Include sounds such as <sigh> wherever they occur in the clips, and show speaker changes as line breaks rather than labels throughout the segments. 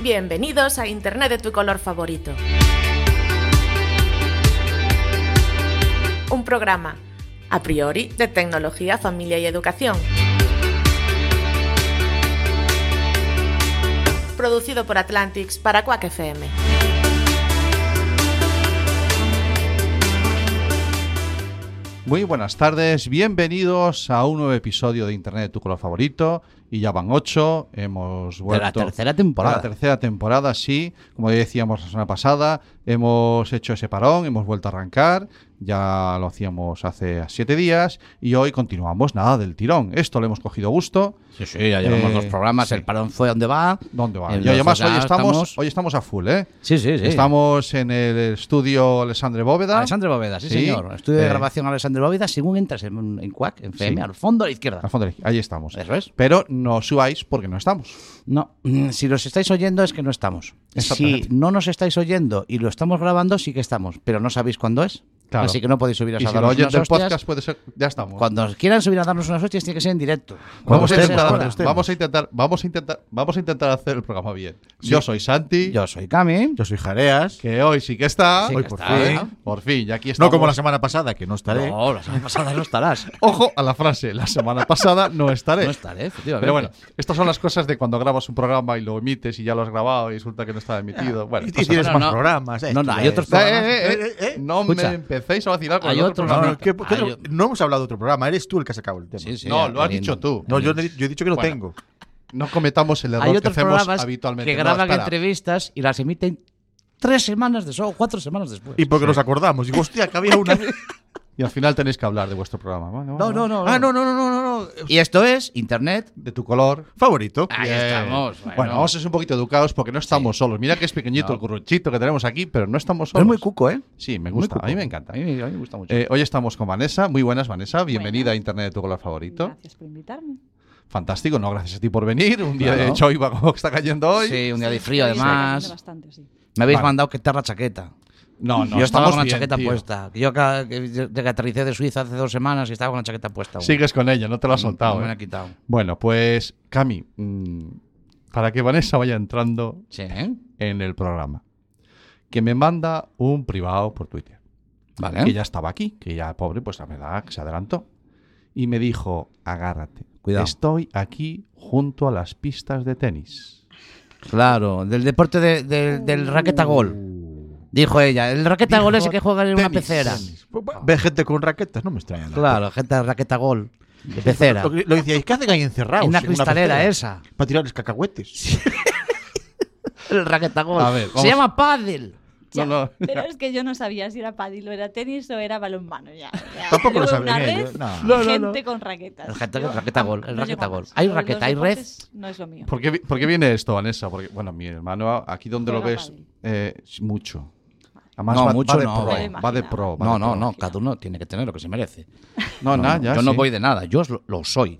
Bienvenidos a Internet de tu color favorito. Un programa, a priori, de tecnología, familia y educación. Producido por Atlantics para Quack FM.
Muy buenas tardes, bienvenidos a un nuevo episodio de Internet de tu color favorito. Y ya van ocho, hemos vuelto.
tercera temporada.
De la tercera temporada, sí. Como ya decíamos la semana pasada, hemos hecho ese parón, hemos vuelto a arrancar. Ya lo hacíamos hace siete días y hoy continuamos nada del tirón. Esto le hemos cogido gusto.
Sí, sí, ya llevamos
Eh,
dos programas.
sí.
El parón fue donde va.
¿Dónde va?
El
Y además
Rosedal
hoy estamos,
estamos-
hoy estamos a full, ¿eh?
Sí, sí, sí.
Estamos en el estudio Alessandre Bóveda.
Alexandre Bóveda, sí,
Sí.
señor. Estudio
Eh,
de grabación Alexandre Bóveda. Según entras en, en Quack, en FM,
Sí. Ah.
al fondo a la izquierda.
Al fondo de la- ahí estamos.
Eso es.
Pero no subáis porque no estamos.
No, mm, si los estáis oyendo es que no estamos. Si
Exactamente.
no nos estáis oyendo y lo estamos grabando, sí que estamos, pero no sabéis cuándo es.
Claro.
Así que no podéis subir a
Y si lo
darnos
oyes
unas
del
hostias.
podcast puede ser, ya estamos.
Cuando os quieran subir a darnos unas hostias, tiene que ser en directo. Cuando
Vamos a,
ustedes
intentar,
puedan.
vamos a intentar, vamos a intentar, vamos a intentar hacer el programa bien. Yo soy Santi,
Yo soy Cami.
Yo soy Jareas.
que hoy sí que está.
Sí que
Hoy
está. ¿eh?
Por fin, ya aquí
No
estamos.
como la semana pasada, que no estaré.
No, la semana pasada no estarás.
Ojo a la frase, la semana pasada no estaré.
No estaré, efectivamente.
Pero bueno, estas son las cosas de cuando grabas un programa y lo emites y ya lo has grabado y resulta que no está emitido. Bueno,
Y, y
cosas-
tienes
no,
más
no.
programas. eh,
No, no,
esto
hay
ya
otros
es-
Eh,
programas.
eh, eh,
Eh, eh, eh.
No
Escucha.
me empecéis a vacilar con
Hay
el otro
otro
No, no,
programa.
programa.
¿qué- qué-
Ah, yo-
no hemos hablado de otro programa, eres tú el que ha sacado el tema.
Sí, sí,
eh. No,
ya,
lo has
queriendo.
dicho tú.
No, yo, no he- yo he dicho que lo tengo.
No cometamos el error
Hay
que
otros
hacemos
programas
habitualmente.
que
No,
graban
espera.
entrevistas y las emiten tres semanas de show, cuatro semanas después.
Y porque nos acordamos. Digo, hostia, que había una.
Y al final tenéis que hablar de vuestro programa. Bueno,
No,
bueno.
no, no.
ah, no, no, no, no, no, no.
Y esto es Internet.
De tu color.
Favorito.
Ahí
Bien.
estamos. Bueno,
Eh, Bueno, vamos a ser un poquito educados porque no estamos solos. Mira que es pequeñito
No.
el curruchito que tenemos aquí, pero no estamos
Pero
solos.
es muy cuco, ¿eh?
Sí, me
Muy
gusta.
cuco.
A mí me encanta.
A mí, a mí me gusta mucho.
Eh, hoy estamos con Vanessa. Muy buenas, Vanessa. Bienvenida
Buenas.
a Internet de tu color favorito.
Gracias por invitarme.
Fantástico, no, gracias a ti por venir. Un día
Claro.
de choiva como está cayendo hoy.
sí, un día de frío
Estoy
además.
trabajando Bastante, sí.
Me habéis
Vale.
mandado que te la chaqueta.
No, no,
yo estaba
estamos
con la
bien,
chaqueta
tío.
puesta. Yo acá- que, yo- que aterricé de Suiza hace dos semanas y estaba con la chaqueta puesta. aún.
Sigues con ella, no te lo has
No,
soltado.
no me
¿eh?
la he quitado.
Bueno, pues Cami, mm, para que Vanessa vaya entrando
Sí, ¿eh?
en el programa, que me manda un privado por Twitter,
Vale.
que ya estaba aquí, que ya pobre, pues la verdad que se adelantó, y me dijo, agárrate,
Cuidado.
estoy aquí junto a las pistas de tenis.
Claro, del deporte de- de-
Uh.
del raqueta gol. Dijo ella, el raqueta gol es el que juegan en una
Tenis,
pecera.
tenis. Pues, bueno, Ve gente con raquetas, no me extraña. nada.
Claro, gente de raqueta gol, de pecera.
Lo, que- lo decíais, ¿qué hacen ahí encerrados?
En una
en
cristalera
pecera?
esa.
Para tirar los cacahuetes. <laughs>
El raqueta gol.
A ver, vamos.
Se llama pádel.
Ya,
No, no.
<laughs> Pero es que yo no sabía si era pádel o era tenis o era balonmano. Ya, ya.
Tampoco lo
Luego
sabía
una
yo,
red,
no.
gente con raquetas.
El gente-
Yo-
el raqueta gol, el
no
raqueta
llego
gol.
más.
Hay
Los
raqueta, hay red.
deportes No es lo mío.
¿Por qué, vi- por qué viene esto, Vanessa? Porque, bueno, mi hermano, aquí donde lo
Juega
ves,
pádel.
eh, es mucho. Además,
No,
va,
mucho
va de
no.
pro,
Me lo
va de
imaginaba.
pro. va
No,
de
no,
pro.
no, cada uno tiene que tener lo que se merece.
No, nada, ya
yo no
sí.
voy de nada, yo os lo, lo soy.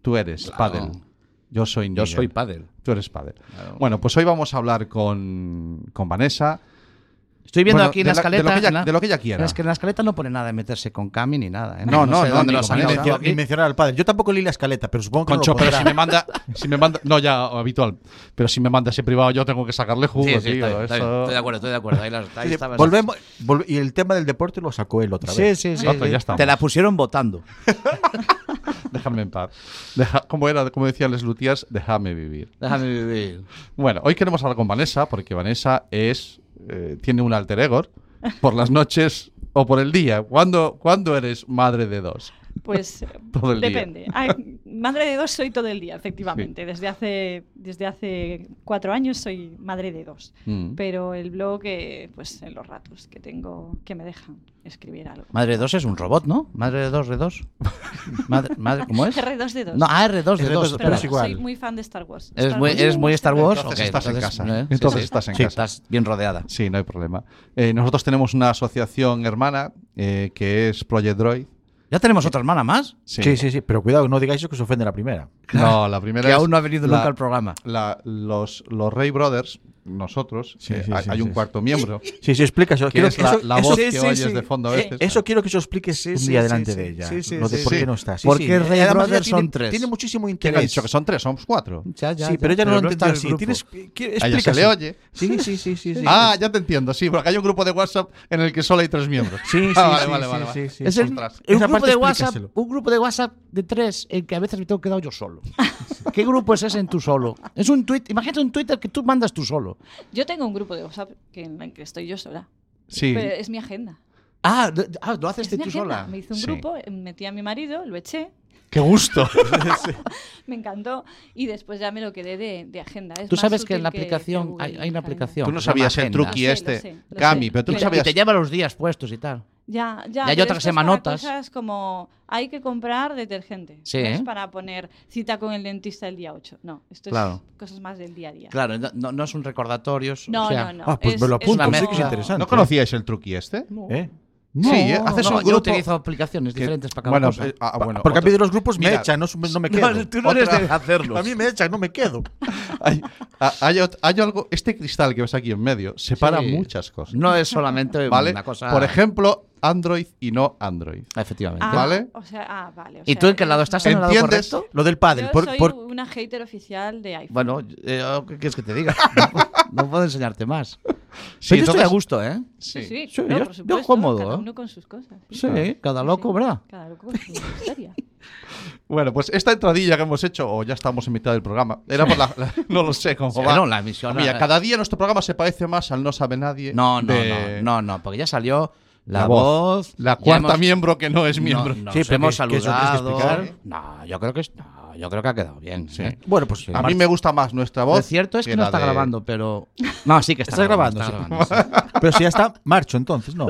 Tú eres
Claro.
pádel. Yo soy
Yo
Miguel.
soy pádel.
Tú eres pádel.
Claro.
Bueno, pues hoy vamos a hablar con, con Vanessa.
Estoy viendo
Bueno,
aquí en
de
la
la- de lo
escaleta.
que ella-
en la-
de lo que ella quiera.
Es que en la escaleta no pone nada de meterse con Cami ni nada. ¿eh?
No, no,
sé
no,
dónde
ni
lo
con
han
Vanessa.
sacado.
Claro,
Y mencionar al padre. Yo tampoco leí la escaleta, pero supongo que
Concho,
no lo
pero
podrá.
si me manda, si me manda, no ya habitual, pero si me manda ese privado yo tengo que sacarle jugo,
Sí, sí,
tío.
está bien, está bien.
eso-
Estoy de acuerdo, estoy de acuerdo. Ahí, las- ahí
Sí,
estabas.
volvemos, volve- y el tema del deporte lo sacó él otra
Sí,
vez.
sí, sí.
No, pero
sí.
ya estamos.
Te la pusieron votando.
Dejadme en paz. Deja- como era, como decían Les Lutiers, déjame vivir.
Déjame vivir.
Bueno, hoy queremos hablar con Vanessa porque Vanessa es eh, tiene un alter ego por las noches o por el día. ¿Cuándo, ¿cuándo eres madre de dos?
<laughs>
Pues
Todo el día.
depende. Ay, madre de dos soy todo el día, efectivamente. Desde, hace, desde hace cuatro años soy madre de dos.
Mm.
Pero el blog, eh, pues en los ratos que tengo, que me dejan escribir algo.
Madre 2 es un robot, ¿no? Madre de 2 de 2. Madre, madre- ¿Cómo es?
R2D2.
No, ah, R2 de
R2D2.
2.
Pero
Pero
espera.
es igual.
soy muy fan de Star Wars.
Eres muy,
Wars-
eres muy Star Wars.
Entonces
ok,
estás en casa.
eh,
Entonces
sí, sí.
estás en
Sí,
casa.
Estás bien rodeada.
Sí, no hay problema. Eh, nosotros tenemos una asociación hermana eh, que es Project Droid.
Ya tenemos otra hermana más.
Sí. sí, sí, Pero cuidado, no digáis eso que os ofende la primera.
No, la primera
Que
es
aún no ha venido
la-
nunca al programa.
la- los, los Ray Brothers, nosotros,
Sí,
eh,
sí,
hay,
sí,
hay un
sí.
cuarto miembro, que
Sí, sí, explica eso. Quiero
es
que
la,
eso,
la
eso-
voz
sí,
que
sí,
oyes
sí.
de fondo a
Eh,
veces.
Eso quiero que eso expliques un día delante de ella. lo de por
sí.
qué no está. Sí,
¿Por
sí.
qué Ray
Además,
Brothers
ella tiene-
son tres?
Tiene muchísimo
¿Quién ha
interés.
dicho que son tres? Somos cuatro.
sí, pero ella no lo entendió
está el
así.
grupo.
Tienes, quiero-
A ella se
explícaselo.
le oye.
Sí, sí, sí, sí. sí.
ah, ya te entiendo, sí, porque hay un grupo de WhatsApp en el que solo hay tres miembros. <laughs>
Sí, sí,
Ah, vale,
sí,
vale,
sí,
vale,
sí,
vale.
sí.
Es el-
Ostras.
un
Esa
grupo
parte
de WhatsApp,
explícaselo.
un grupo de WhatsApp de tres en que a veces me tengo quedado yo solo. ¿Qué grupo es ese en tú solo? Es un tweet, imagínate un Twitter que tú mandas tú solo.
Yo tengo un grupo de WhatsApp que en el que estoy yo sola.
Sí,
Pero es mi agenda.
Ah, d- ah, lo haces
Es
de
mi
tú
agenda.
sola.
Me hice un
Sí.
grupo, eh, metí a mi marido, lo eché,
qué gusto.
me encantó y después ya me lo quedé de, de agenda. Es
Tú
más
sabes que en
útil
la aplicación
Google
hay, hay una
Calendar.
aplicación.
Tú no
que se llama
sabías el
Agenda.
truqui
Lo sé,
este,
lo sé, lo
Cami,
sé.
pero tú no
Pero-
Y
sabías.
te lleva los días puestos y tal.
Ya,
Ya
ya.
hay
pero
otra que
esto
se llama
es para
notas.
cosas como hay que comprar detergente.
Sí,
No Es
¿eh?
para poner cita con el dentista el día 8. No, esto es
Claro.
cosas más del día a día.
Claro, no- no, no es un recordatorio. es-
No,
o sea,
no, no.
Ah, pues me lo
Es- es
apunto,
una
sí que es
mezcla.
interesante.
¿No conocíais el truqui este?
¿Eh?
Sí, ¿eh? haces
no,
un
Yo
grupo-
utilizo aplicaciones
que-
diferentes para cada
bueno,
cosa.
eh, ah,
Pa-
bueno,
Porque a mí
otra-
de los grupos me
Mira,
echan, no, su- no me quedo.
no, tú no eres
Otra-
de hacerlos.
A mí me echan, no me quedo.
hay, a- hay ot- hay algo, este cristal que ves aquí en medio separa
Sí.
muchas cosas.
No es solamente
¿Vale?
una cosa.
Por ejemplo, Android y no Android.
Efectivamente.
Ah,
¿vale?
O sea, ah, vale. o
¿Y
sea,
tú en qué lado
eres
estás?
una-
¿En el lado
¿Entiendes?
correcto?
Lo del pádel.
Yo
por-
soy
por-
una hater oficial de iPhone.
Ah, Bueno, eh, ¿qué quieres que te diga? No, puedo enseñarte más.
Sí,
Pero yo estoy
entonces-
a gusto, ¿eh?
Sí, sí,
Sí,
no,
yo-
por
yo
supuesto,
cómodo,
Cada
¿eh?
uno con sus cosas.
Sí, cada loco, ¿verdad?
Cada loco con su
<laughs>
historia.
Bueno, pues esta entradilla que hemos hecho, o ya estamos en mitad del programa, era por la, la- <laughs> no lo sé cómo
Sí,
va.
no, la emisión-
Mira, cada día nuestro programa se parece más al No Sabe Nadie.
No, no,
de-
no, no, no, porque ya salió la,
La voz.
voz,
La
ya
cuarta
hemos-
miembro que no es miembro.
No, nos
Sí, pero
hemos
que- que eso tienes que
saludado.
explicar.
No, yo creo que es- no, yo creo que ha quedado bien. ¿eh?
Bueno, pues
A mí me gusta más nuestra voz.
Lo cierto es que, no
la
está
de-
grabando, pero no, sí
<laughs>
que está
Está grabando,
Está
sí.
grabando, sí.
Pero si ya está, marcho entonces, ¿no?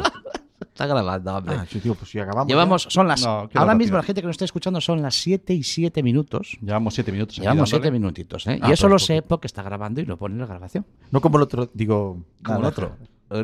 Está grabando, hombre.
Ah, sí, tío, pues si acabamos.
Llevamos, son las.
No, qué
ahora
rápido.
mismo la gente que nos está escuchando son las 7 y 7 minutos.
Llevamos siete minutos. aquí
Llevamos
dándole.
siete minutitos, ¿eh?
Ah,
y eso
pero
lo
es
sé porque está grabando y lo pone en la grabación.
ya. No como el otro, digo.
Como el
nada.
otro.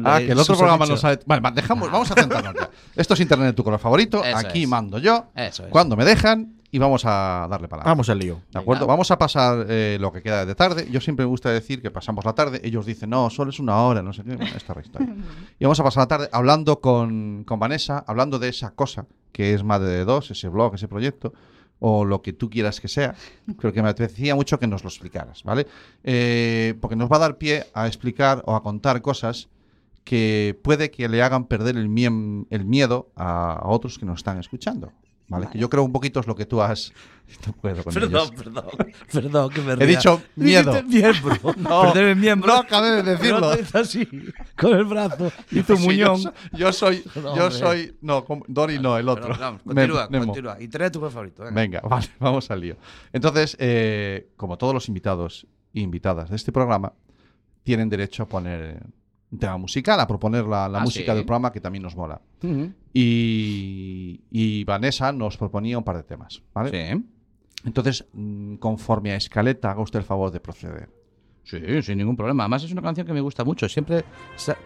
Ah, que el otro
susodicho.
programa no sale. Vale, va, dejamos, vamos a centrarnos ya. Esto es Internet tu color favorito.
Ah. Eso
aquí
es.
mando yo.
Eso es.
Cuando me dejan y vamos a darle para adelante.
Vamos al lío.
¿De acuerdo?
Venga.
Vamos a pasar eh, lo que queda de tarde. Yo siempre me gusta decir que pasamos la tarde. Ellos dicen, no, solo es una hora, no sé qué. Bueno, esta es la historia. Y vamos a pasar la tarde hablando con, con Vanessa, hablando de esa cosa que es Madre de Dos, ese blog, ese proyecto, o lo que tú quieras que sea. Pero que me apetecía mucho que nos lo explicaras, ¿vale? Eh, porque nos va a dar pie a explicar o a contar cosas que puede que le hagan perder el, miem- el miedo a, a otros que nos están escuchando. ¿Vale? Que yo creo un poquito es lo que tú has... <laughs> No puedo con ellos.
Perdón, perdón. Perdón, que me
He dicho miedo.
Dijiste miembro.
<laughs> No,
Perder el miembro.
no acabé de decirlo.
Pero haces así, con el brazo. Y tu
Sí,
muñón.
Yo, so- yo soy,
<laughs> No,
yo
hombre.
soy, no, como- Dory no, el otro.
Pero, vamos,
Ne-
continúa,
Nemo.
continúa. Y trae tu color favorito. venga.
Venga, <laughs> vale, vamos al lío. Entonces, eh, como todos los invitados e invitadas de este programa, tienen derecho a poner un tema musical, a proponer la, la
Ah,
música
sí.
del programa que también nos mola.
Ujú.
Y, y Vanessa nos proponía un par de temas, ¿vale?
Sí.
Entonces, mm, conforme a escaleta, haga usted el favor de proceder.
Sí, sin ningún problema. Además, es una canción que me gusta mucho. Siempre. sa-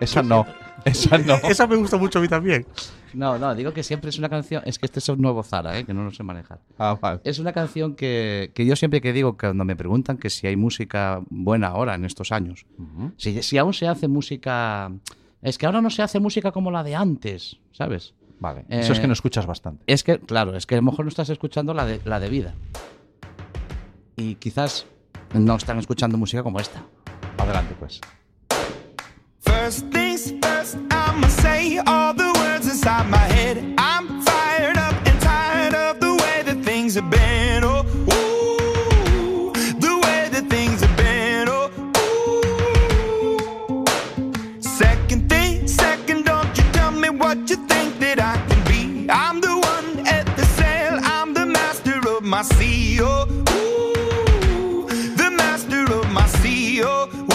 Esa no, esa
<laughs>
no.
Esa me gusta mucho a mí también.
No, no, digo que siempre es una canción. Es que este es un nuevo Zara, ¿eh? que no lo sé manejar.
Ah, vale.
Es una canción que, que yo siempre que digo, cuando me preguntan que si hay música buena ahora en estos años,
Ujú.
si, si aún se hace música... Es que ahora no se hace música como la de antes, ¿sabes?
Vale, eso es que
Eh,
no escuchas bastante.
Es que, claro, es que a lo mejor no estás escuchando la de, la de vida. Y quizás no están escuchando música como esta.
Adelante, pues.
First things first, I'ma say all the words inside my head. I'm fired up and tired of the way that things have been. Oh, ooh, the way that things have been. Oh, ooh. Second thing, second, don't you tell me what you think that I can be. I'm the one at the sail, I'm the master of my sea. Oh, ooh, the master of my sea. Oh, ooh.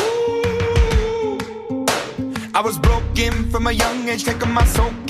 I was broken from a young age, taking my soak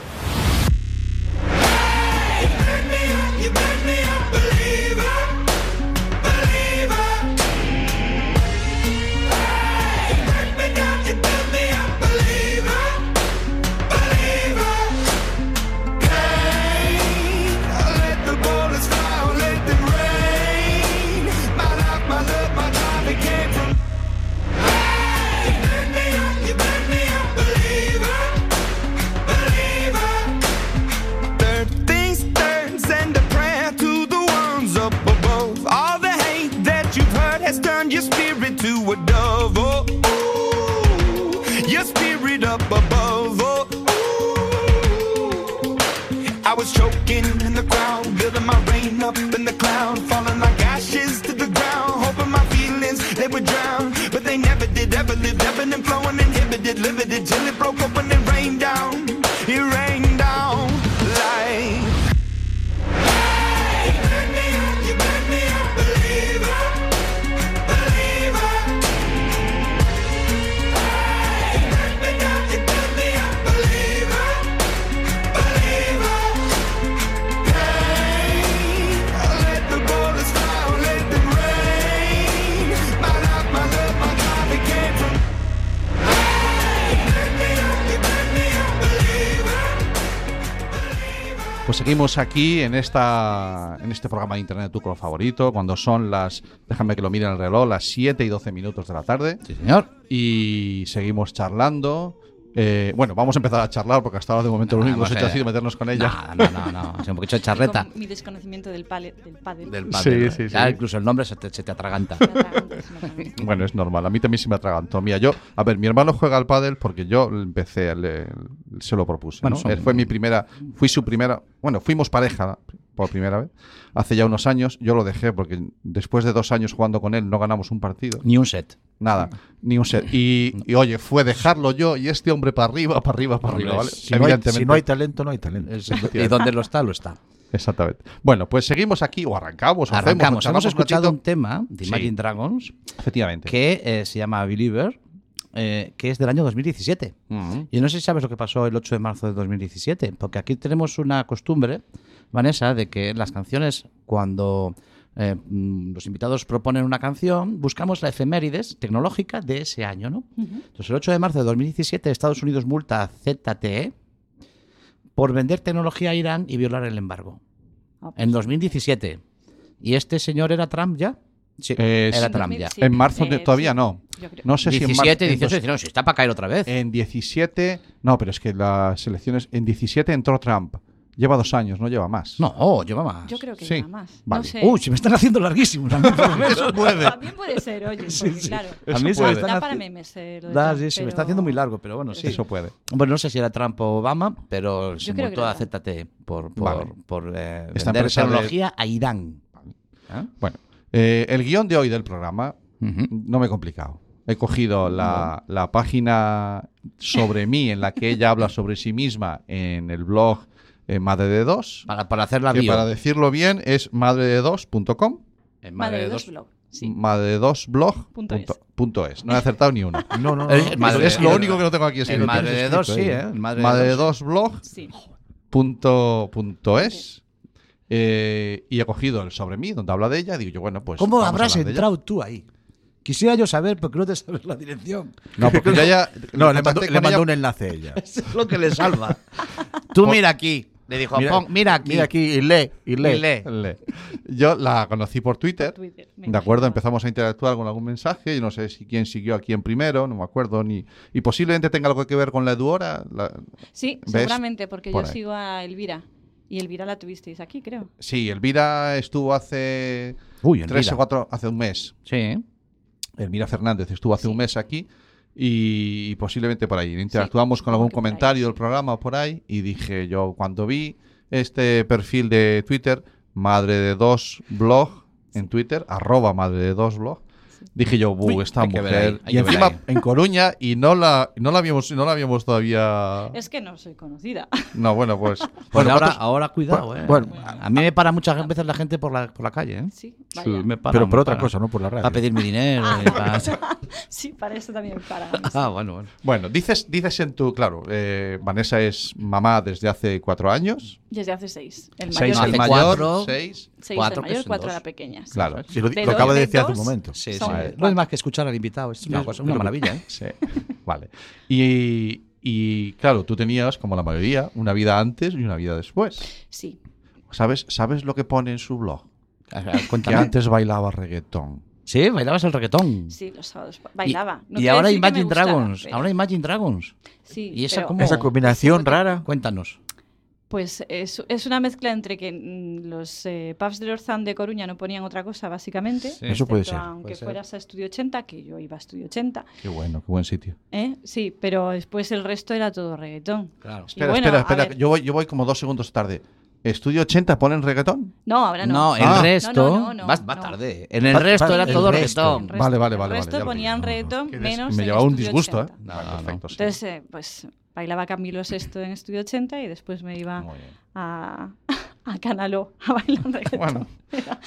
Hey, you burn me up, you burn me up, believer, believer. Hey, you burn me down, you burn me up, believer, believer. Your spirit to a dove, oh, ooh, your spirit up above, oh, ooh. I was choking in the crowd, building my rain up in the cloud, falling like ashes to the ground. Hoping my feelings they would drown, but they never did. Ever lived, ebbing and flowing, inhibited, limited till it broke open and rained down. It rained down like. Hey, you burn me up, you burn me up, believer, believer. Hey, you burn me up, you burn me up, believer, believer. Let the bullets fly, let them rain. My life, my love, my life, it came from. Hey, burn me up, you burn me up, believer.
Pues seguimos aquí en esta en este programa de internet tu color favorito, cuando son las, déjame que lo mire en el reloj, las 7 y 12 minutos de la tarde.
Sí, señor.
Y seguimos charlando. Eh, bueno, vamos a empezar a charlar porque hasta ahora de momento lo
Nah,
único que hemos
vamos
hecho
a-
ha sido meternos con ella.
No, no, no, no. Es un poquito de
<laughs>
charreta.
Con Mi desconocimiento del, pale, <laughs> del pádel.
Del padre.
Sí, sí,
Ya
sí.
incluso el nombre se te, se te
<laughs>
atraganta.
Me atraganta, es una atraganta.
Bueno, es normal. A mí también se me atragantó. Mira, yo, a ver, mi hermano juega al pádel porque yo empecé, le- se lo propuse.
Bueno,
¿no?
son-
Él fue mi primera, fui su primera, bueno, fuimos pareja por primera vez hace ya unos años. Yo lo dejé porque después de dos años jugando con él no ganamos un partido,
Ni un set.
nada, ni un set. Y, y, oye, fue dejarlo yo y este hombre para arriba, para arriba, para
Hombre,
arriba, ¿vale?
Si no, hay, si no hay talento, no hay talento.
Es- y donde lo está, lo está.
Exactamente. Bueno, pues seguimos aquí o arrancamos, o Pues hacemos, o
Arrancamos.
charlamos
Hemos
un
escuchado un
ratito.
tema de
Sí.
Imagine Dragons
Efectivamente.
que eh, se llama Believer, eh, que es del año 2017.
Mm.
Y no sé si sabes lo que pasó el 8 de marzo de 2017, porque aquí tenemos una costumbre, Vanessa, de que las canciones, cuando eh, mm, los invitados proponen una canción, buscamos la efemérides tecnológica de ese año, ¿no? Entonces, el 8 de marzo de 2017, Estados Unidos multa a ZTE por vender tecnología a Irán y violar el embargo.
Ah, pues.
<laughs> En 2017. ¿Y este señor era Trump ya? Sí,
Eh,
era
sí.
Trump ya.
Sí,
En marzo
eh,
todavía
sí.
no.
Yo creo.
No sé si en marzo.
17,
en dos-
18, 19, si está para caer otra vez.
En 17, no, pero es que las elecciones, en 17 entró Trump. Lleva dos años, no lleva más.
No, lleva más.
Yo creo que
Sí,
nada más.
vale.
No sé.
Uy, se me están haciendo larguísimos. a mí,
<laughs>
por lo menos.
También puede ser,
<laughs>
oye, porque claro.
Eso
A mí se me
puede.
están
Da para
haci-
memes eh, lo de
Da,
Trump,
sí, se me está
pero-
haciendo muy largo, pero bueno, sí.
Eso puede.
Bueno, no sé si era Trump o Obama, pero se
Yo creo que
multó
era
a
Trump.
ZTE por, por,
Vale.
por eh,
Esta
vender
empresa de-
tecnología a Irán. ¿Eh?
Bueno, eh, el guión de hoy del programa
Ujú.
no me he complicado. He cogido la, la página sobre mí, en la que ella habla sobre sí misma en el blog eh, Madre de Dos.
Para, para hacer la
que
bio.
para decirlo bien es madrededos.com.
En
Madre
de
de dos
dos- Mm.
blog. Sí.
Madre de dos blog
Punto es.
punto- punto es. No he acertado
<laughs>
ni uno.
No, no, no.
Eh,
no.
madre-
es lo único que no tengo aquí escrito.
En Madre de dos, sí,
escrito
¿eh?
ahí, ¿no?
En Madre,
Madre de
de dos.
dos blog
<laughs>
Sí.
punto, punto es eh, y he cogido el sobre mí donde habla de ella digo yo bueno pues
¿Cómo
vamos a
habrás
hablar de ella.
entrado tú ahí? Quisiera yo saber, porque no te sabes la dirección.
no
<laughs>
porque yo ya
No, le
contacté
mandó,
con
le mandó
ella-
un enlace a ella.
Eso es lo que le salva. Tú mira aquí. Le dijo,
Mira-
pon, mira aquí.
Mira aquí y lee, y lee.
y lee.
Le- yo la conocí por Twitter,
Twitter, me
de acuerdo
imagino.
empezamos a interactuar con algún mensaje yo no sé si quién siguió a quién primero no me acuerdo ni y posiblemente tenga algo que ver con la Eduora la-
Sí,
¿Ves?
seguramente, porque
Por
yo
ahí.
sigo a Elvira. Y Elvira la tuvisteis aquí, creo.
sí Elvira estuvo hace
Uy, en
tres
vida.
o cuatro hace un mes
Sí, ¿eh?
Elmira Fernández estuvo hace un mes aquí y, y posiblemente por ahí. Interactuamos con
supongo
algún
que por ahí,
comentario
sí.
del programa o por ahí y dije yo cuando vi este perfil de Twitter, madre de dos blog en Twitter, arroba madre de dos blog, Dije yo, buh,
Uy,
esta
hay que ver ahí,
mujer.
hay
Y
que ver
encima
ahí.
en Coruña y no la, no la habíamos, no la habíamos
Ah.
todavía.
Es que no soy conocida. <laughs>
No, bueno, pues.
Pues
Bueno,
ahora,
¿cuántos-
ahora cuidado, eh.
Bueno,
a mí me para muchas veces la gente por la, por la calle, ¿eh?
Sí,
Sí,
vaya. <laughs> Ah,
me ah, para,
pero por
me
otra
para.
cosa, no por la radio.
Para pedirme dinero. y para-
Sí, para eso también para.
<laughs> Ah, bueno, bueno.
Bueno, dices, dices en tu. Claro, eh, Vanessa es mamá desde hace cuatro años.
Desde hace seis. El mayor,
Seis
hace
el
seis,
mayor,
cuatro.
seis.
seis
cuatro,
el
que
mayor,
son
cuatro
dos.
la pequeña. sí.
Claro.
Sí, lo, di-
de
lo
dos-
acaba de
de
decir hace un
dos-
momento.
Sí,
Son-
sí. No es más que escuchar al invitado. Es una,
Sí,
cosa- una
pero-
maravilla, ¿eh?
Sí. <laughs> Vale. Y, y, claro, tú tenías, como la mayoría, una vida antes y una vida después.
Sí.
¿Sabes, ¿Sabes lo que pone en su blog? <laughs>
A ver,
Que
Cuéntame.
antes bailaba reggaetón.
eh. Sí, bailabas el reggaetón.
Sí, los sábados ba-
Y-
bailaba. No
y
quiere
ahora
decir que me
Imagine
gustara,
Dragons.
pero-
Ahora Imagine Dragons.
Sí,
¿Y esa
pero-
cómo?
Esa combinación rara.
Cuéntanos.
Pues es, es una mezcla entre que mm, los eh, pubs del Orzán de Coruña no ponían otra cosa, básicamente.
Sí.
Eso puede
excepto
ser,
Aunque
puede ser.
fueras a Estudio 80, que yo iba a Estudio 80.
Qué bueno, qué buen sitio.
¿eh? Sí, pero después el resto era todo reggaetón.
Claro.
Y
Espera,
bueno,
espera,
a
espera.
ver.
Yo voy, yo voy como dos segundos tarde. ¿Estudio 80 ponen reggaetón?
No, ahora no.
No, el
Ah.
resto.
No, no, no,
vas, va
no.
tarde. En el
Va-
resto
va-
era
el
todo
resto.
reggaetón.
El
Vale, vale,
el
vale,
resto
vale, ya lo
ponían
pillo.
reggaetón
Que des-
menos.
me
en
llevaba un
Estudio
disgusto,
80.
¿eh?
No,
Vale,
no, no.
perfecto, sí.
Entonces, eh, pues bailaba Camilo Sexto en Estudio 80 y después me iba
Muy bien.
a, <laughs> a Canaló a bailar reggaetón.
Bueno.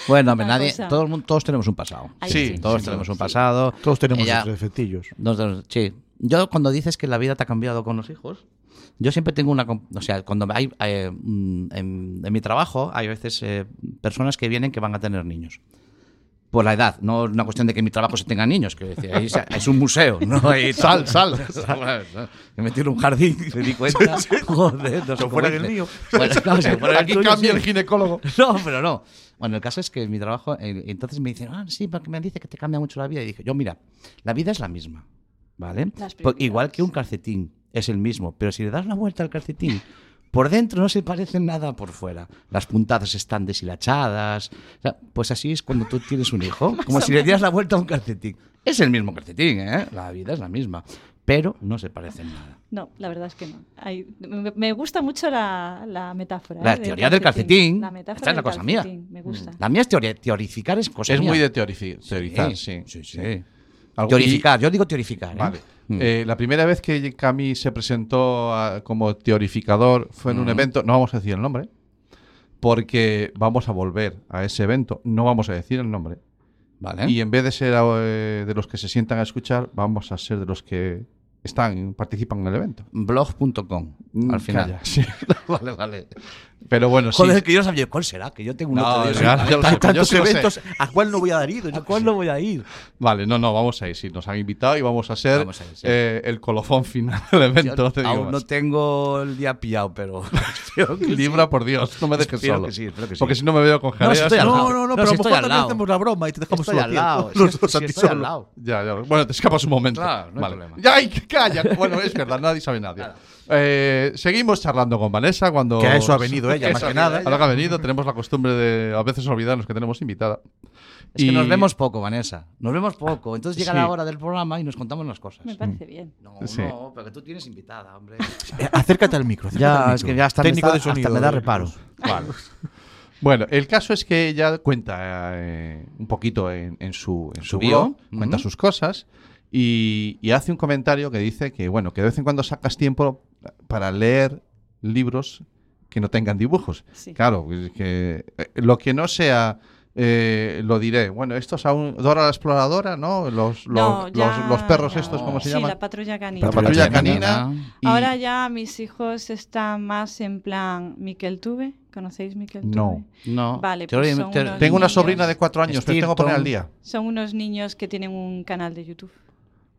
Bueno, hombre,
Una
nadie,
cosa.
todo el mundo- todos tenemos un pasado.
Ahí
Sí,
Todos
sí,
tenemos un
sí.
pasado.
Todos tenemos
Ella-
nuestros defectillos.
Nos- nos- sí. Yo cuando dices que la vida te ha cambiado con los hijos, yo siempre tengo una... com- O sea, cuando hay... eh, mm, en, en mi trabajo hay a veces eh, personas que vienen que van a tener niños. Por la edad, no es una cuestión de que en mi trabajo se tengan niños, que decir, ahí se- es un museo, ¿no? Ahí, sal, <laughs> sal. Me metí en un jardín y me di cuenta, <laughs> joder,
Se
no sé cómo
fuera del
hice.
mío.
Bueno, claro, se fuera del
Aquí
tuyo,
cambia
sí.
el ginecólogo.
<laughs> No, pero no. Bueno, el caso es que mi trabajo, eh, entonces me dicen, ah, sí, porque me dice que te cambia mucho la vida. Y dije, yo, mira, la vida es la misma, ¿vale?
Las
Por- igual
prioridades.
que un calcetín es el mismo, pero si le das la vuelta al calcetín, por dentro no se parece nada a por fuera. Las puntadas están deshilachadas. O sea, pues así es cuando tú tienes un hijo, como si le dieras la vuelta a un calcetín. Es el mismo calcetín, ¿eh? La vida es la misma, pero no se parecen nada.
No, la verdad es que no. Hay- me, me gusta mucho la, la metáfora.
La
¿eh?
teoría del calcetín.
La metáfora
Esta es la
del
cosa mía.
calcetín,
Mm.
Me gusta.
La mía es teori- teorificar, es cosa
Pues Es
mía.
muy de teorici- teorizar, sí.
Sí, sí.
Algún-
Teorificar, yo digo teorificar.
y-
¿eh?
Vale.
Mm.
Eh, la primera vez que Cami se presentó a- como teorificador fue
Mm.
en un evento, no vamos a decir el nombre, porque vamos a volver a ese evento, no vamos a decir el nombre.
Vale.
Y en vez de ser eh, de los que se sientan a escuchar, vamos a ser de los que están, participan en el evento.
blog.com al final.
Calla, sí.
<laughs> vale, vale.
Pero bueno, sí.
Mm, Joder, que yo sabía cuál será, que yo tengo un
No,
otro
ya, ya
día.
lo sé, yo
Tantos
sí lo sé.
eventos, ¿a cuál no voy a dar ido? Yo
¿A cuál no voy a ir?
Vale, no, no, vamos a ir. Sí, nos han invitado y vamos a ser
Vamos a ir, sí.
eh, el colofón final del evento. no te
Yo
digo más.
aún no tengo el día pillado, pero. espero que sí.
Libra, por Dios, no me dejes
Espero
solo.
que sí, espero que sí.
Porque si no me veo con
si
jareas.
estoy al
no,
lado.
No, no,
No,
no, pero
si
a lo
estoy
mejor
al
también
lado.
hacemos la broma y te dejamos
Estoy
solo
al
a ti,
lado,
<laughs> los
si-
dos
si
a ti
estoy al
solo.
lado.
Ya, ya. Bueno, te escapas un momento.
Claro, no hay problema.
Ya, ¡Ay, que calla! Bueno, es verdad, nadie sabe nadie. Eh, seguimos charlando con Vanessa cuando.
Que a eso ha venido ella,
Que
más
eso
que
ha venido
nada.
ella. A lo que ha venido, tenemos la costumbre de a veces olvidarnos que tenemos invitada.
Es que
Y-
nos vemos poco, Vanessa. Nos vemos poco. Entonces llega
Sí.
la hora del programa y nos contamos las cosas.
Me parece bien.
No,
Sí.
no, pero que tú tienes invitada, hombre.
Eh, Acércate al micro. acércate al
ya, es
micro.
que ya hasta, me,
Técnico
está-
de
hasta
sonido. eh.
me da reparo.
Vale. Bueno, el caso es que ella cuenta eh, un poquito en, en su, en su
Bio.
blog, cuenta
Ujú.
sus cosas y, y hace un comentario que dice que, bueno, que de vez en cuando sacas tiempo para leer libros que no tengan dibujos.
Sí.
Claro, es que eh, lo que no sea... eh, lo diré. Bueno, estos aún. Dora la exploradora, ¿no? Los, los,
No, ya-
los- los perros
ya.
estos, ¿cómo se
sí,
llaman?
la patrulla canina.
La patrulla canina. y-
Ahora ya mis hijos están más en plan Miquel Tuve. ¿Conocéis Miquel Tuve?
No.
No.
Vale,
Te-
pues
te-
son
te-
unos
Tengo una
niños.
sobrina de cuatro años, pero tengo que poner al día.
Son unos niños que tienen un canal de YouTube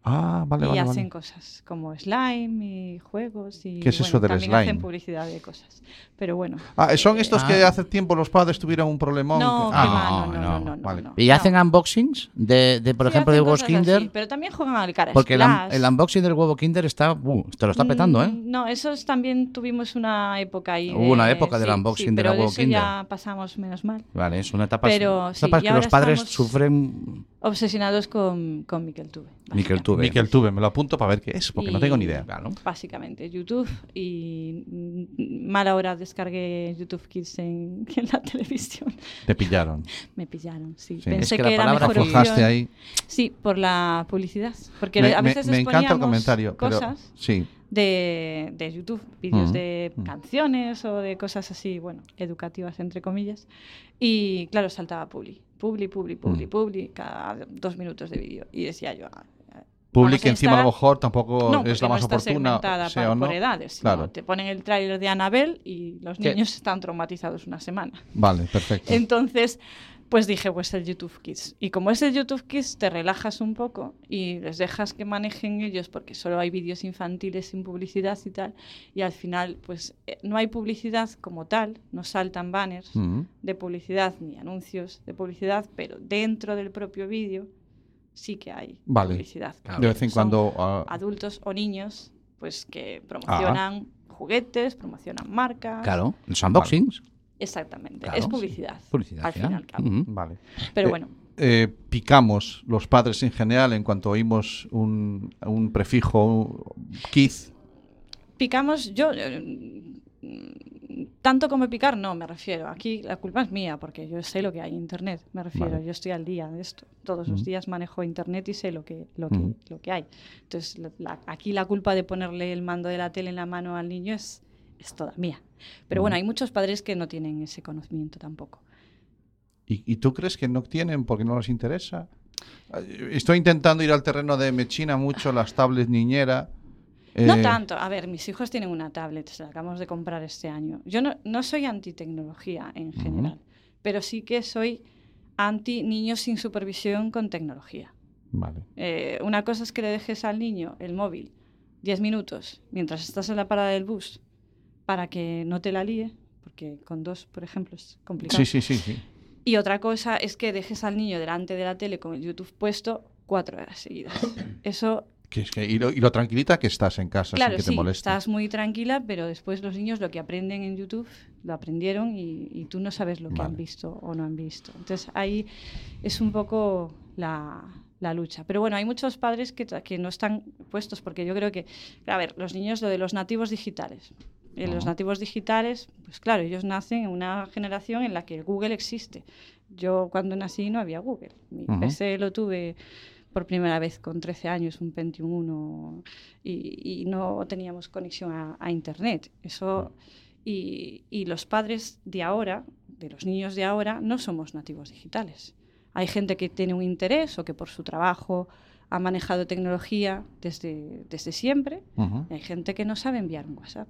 Ah, vale,
y
vale.
hacen
vale.
cosas como slime y juegos y
¿Qué es
bueno,
eso del
también hacen
slime?
publicidad de cosas. Pero bueno.
Ah, son estos que
ah.
hace tiempo los padres tuvieron un problemón.
No,
Ah,
qué va, no,
no,
no,
no,
no, no, no,
vale.
no.
¿Y
No.
hacen unboxings de, de, por
Sí,
ejemplo, de
hacen
huevos
cosas así,
Kinder?
pero también juegan al Crash
Porque el, un-
Clash.
el unboxing del huevo Kinder está. uh, te lo está petando, ¿eh?
Mm, No, esos también tuvimos una época ahí.
Hubo una época del unboxing del
pero
huevo
eso
Kinder.
ya pasamos menos mal.
Vale, es una etapa.
Pero
es
sí,
una etapa
y
que los
ahora
padres
estamos-
sufren.
Obsesionados con, con Miquel Tuve.
Miquel Tube.
Miquel Tube, me lo apunto para ver qué es, porque no
Y-
tengo ni idea.
Claro.
Básicamente YouTube y mm, mala hora descargué YouTube Kids en, <laughs> en la televisión.
Te pillaron.
Me pillaron, sí.
Sí.
Pensé
Es que
que,
la
era
palabra
mejor opción.
Forzaste ahí.
Sí, por la publicidad. Porque
Me,
a
me-
veces
me
les
encanta el
poníamos
comentario. pero-
cosas
sí.
de, de YouTube, vídeos
Mm,
de
mm.
canciones o de cosas así, bueno, educativas entre comillas. Y claro, saltaba publi, publi, publi, publi,
Mm.
publi, cada dos minutos de vídeo. Y decía yo, ah, ah,
Public
a
encima a lo
instalar-
mejor tampoco
no,
es
porque
la más
no está
oportuna.
segmentada
sea
por,
o no.
por edades. sino
Claro.
Te ponen el tráiler de Anabel y los
Que-
niños están traumatizados una semana.
Vale, perfecto.
<laughs> Entonces, pues dije, pues el YouTube Kids. Y como es el YouTube Kids, te relajas un poco y les dejas que manejen ellos porque solo hay vídeos infantiles sin publicidad y tal. Y al final, pues eh, no hay publicidad como tal, no saltan banners
Mm.
de publicidad ni anuncios de publicidad, pero dentro del propio vídeo sí que hay
Vale.
publicidad.
De vez en
Son
cuando. ah,
Adultos o niños, pues que promocionan juguetes, promocionan marcas.
Claro. Los unboxings.
Exactamente,
Claro,
es
sí.
publicidad.
Publicidad.
Al fin y
final.
al cabo.
Ujú.
vale.
Pero
Eh,
bueno,
eh, picamos los padres en general en cuanto oímos un, un prefijo un kids.
picamos yo eh, mm, tanto como picar no me refiero aquí la culpa es mía porque yo sé lo que hay en internet me refiero
Vale.
yo estoy al día de esto todos los
Ujú.
días manejo internet y sé lo que lo que,
Ujú.
lo que hay entonces la- la- aquí la culpa de ponerle el mando de la tele en la mano al niño es es toda mía pero bueno
Ujú.
hay muchos padres que no tienen ese conocimiento tampoco
¿Y, y tú crees que no tienen porque no les interesa? Eh, Estoy intentando ir al terreno de me china mucho las tablets niñera.
No
eh,
tanto. A ver, mis hijos tienen una tablet, se la acabamos de comprar este año. Yo no, no soy anti-tecnología en general, pero sí que soy anti-niños sin supervisión con tecnología.
Vale.
Eh, una cosa es que le dejes al niño el móvil 10 minutos mientras estás en la parada del bus para que no te la líe, porque con dos, por ejemplo, es complicado.
Sí, sí, sí, sí.
Y otra cosa es que dejes al niño delante de la tele con el YouTube puesto cuatro horas
<coughs>
seguidas. Eso
Que es que- y, lo, y lo tranquilita que estás en casa sin
Claro,
que
sí,
te moleste.
estás muy tranquila, pero después los niños lo que aprenden en YouTube lo aprendieron y, y tú no sabes lo que
Vale.
han visto o no han visto. Entonces ahí es un poco la, la lucha. Pero bueno, hay muchos padres que, ta- que no están puestos porque yo creo que, a ver, los niños, lo de los nativos digitales. Eh, Los
Ajá.
nativos digitales, pues claro, ellos nacen en una generación en la que Google existe. Yo cuando nací no había Google. Mi
Ujú.
PC lo tuve por primera vez con 13 años, un Pentium 1, y, y no teníamos conexión a, a Internet. Eso, y, y los padres de ahora, de los niños de ahora, no somos nativos digitales. Hay gente que tiene un interés o que por su trabajo ha manejado tecnología desde, desde siempre.
Ujú.
y Hay gente que no sabe enviar un WhatsApp.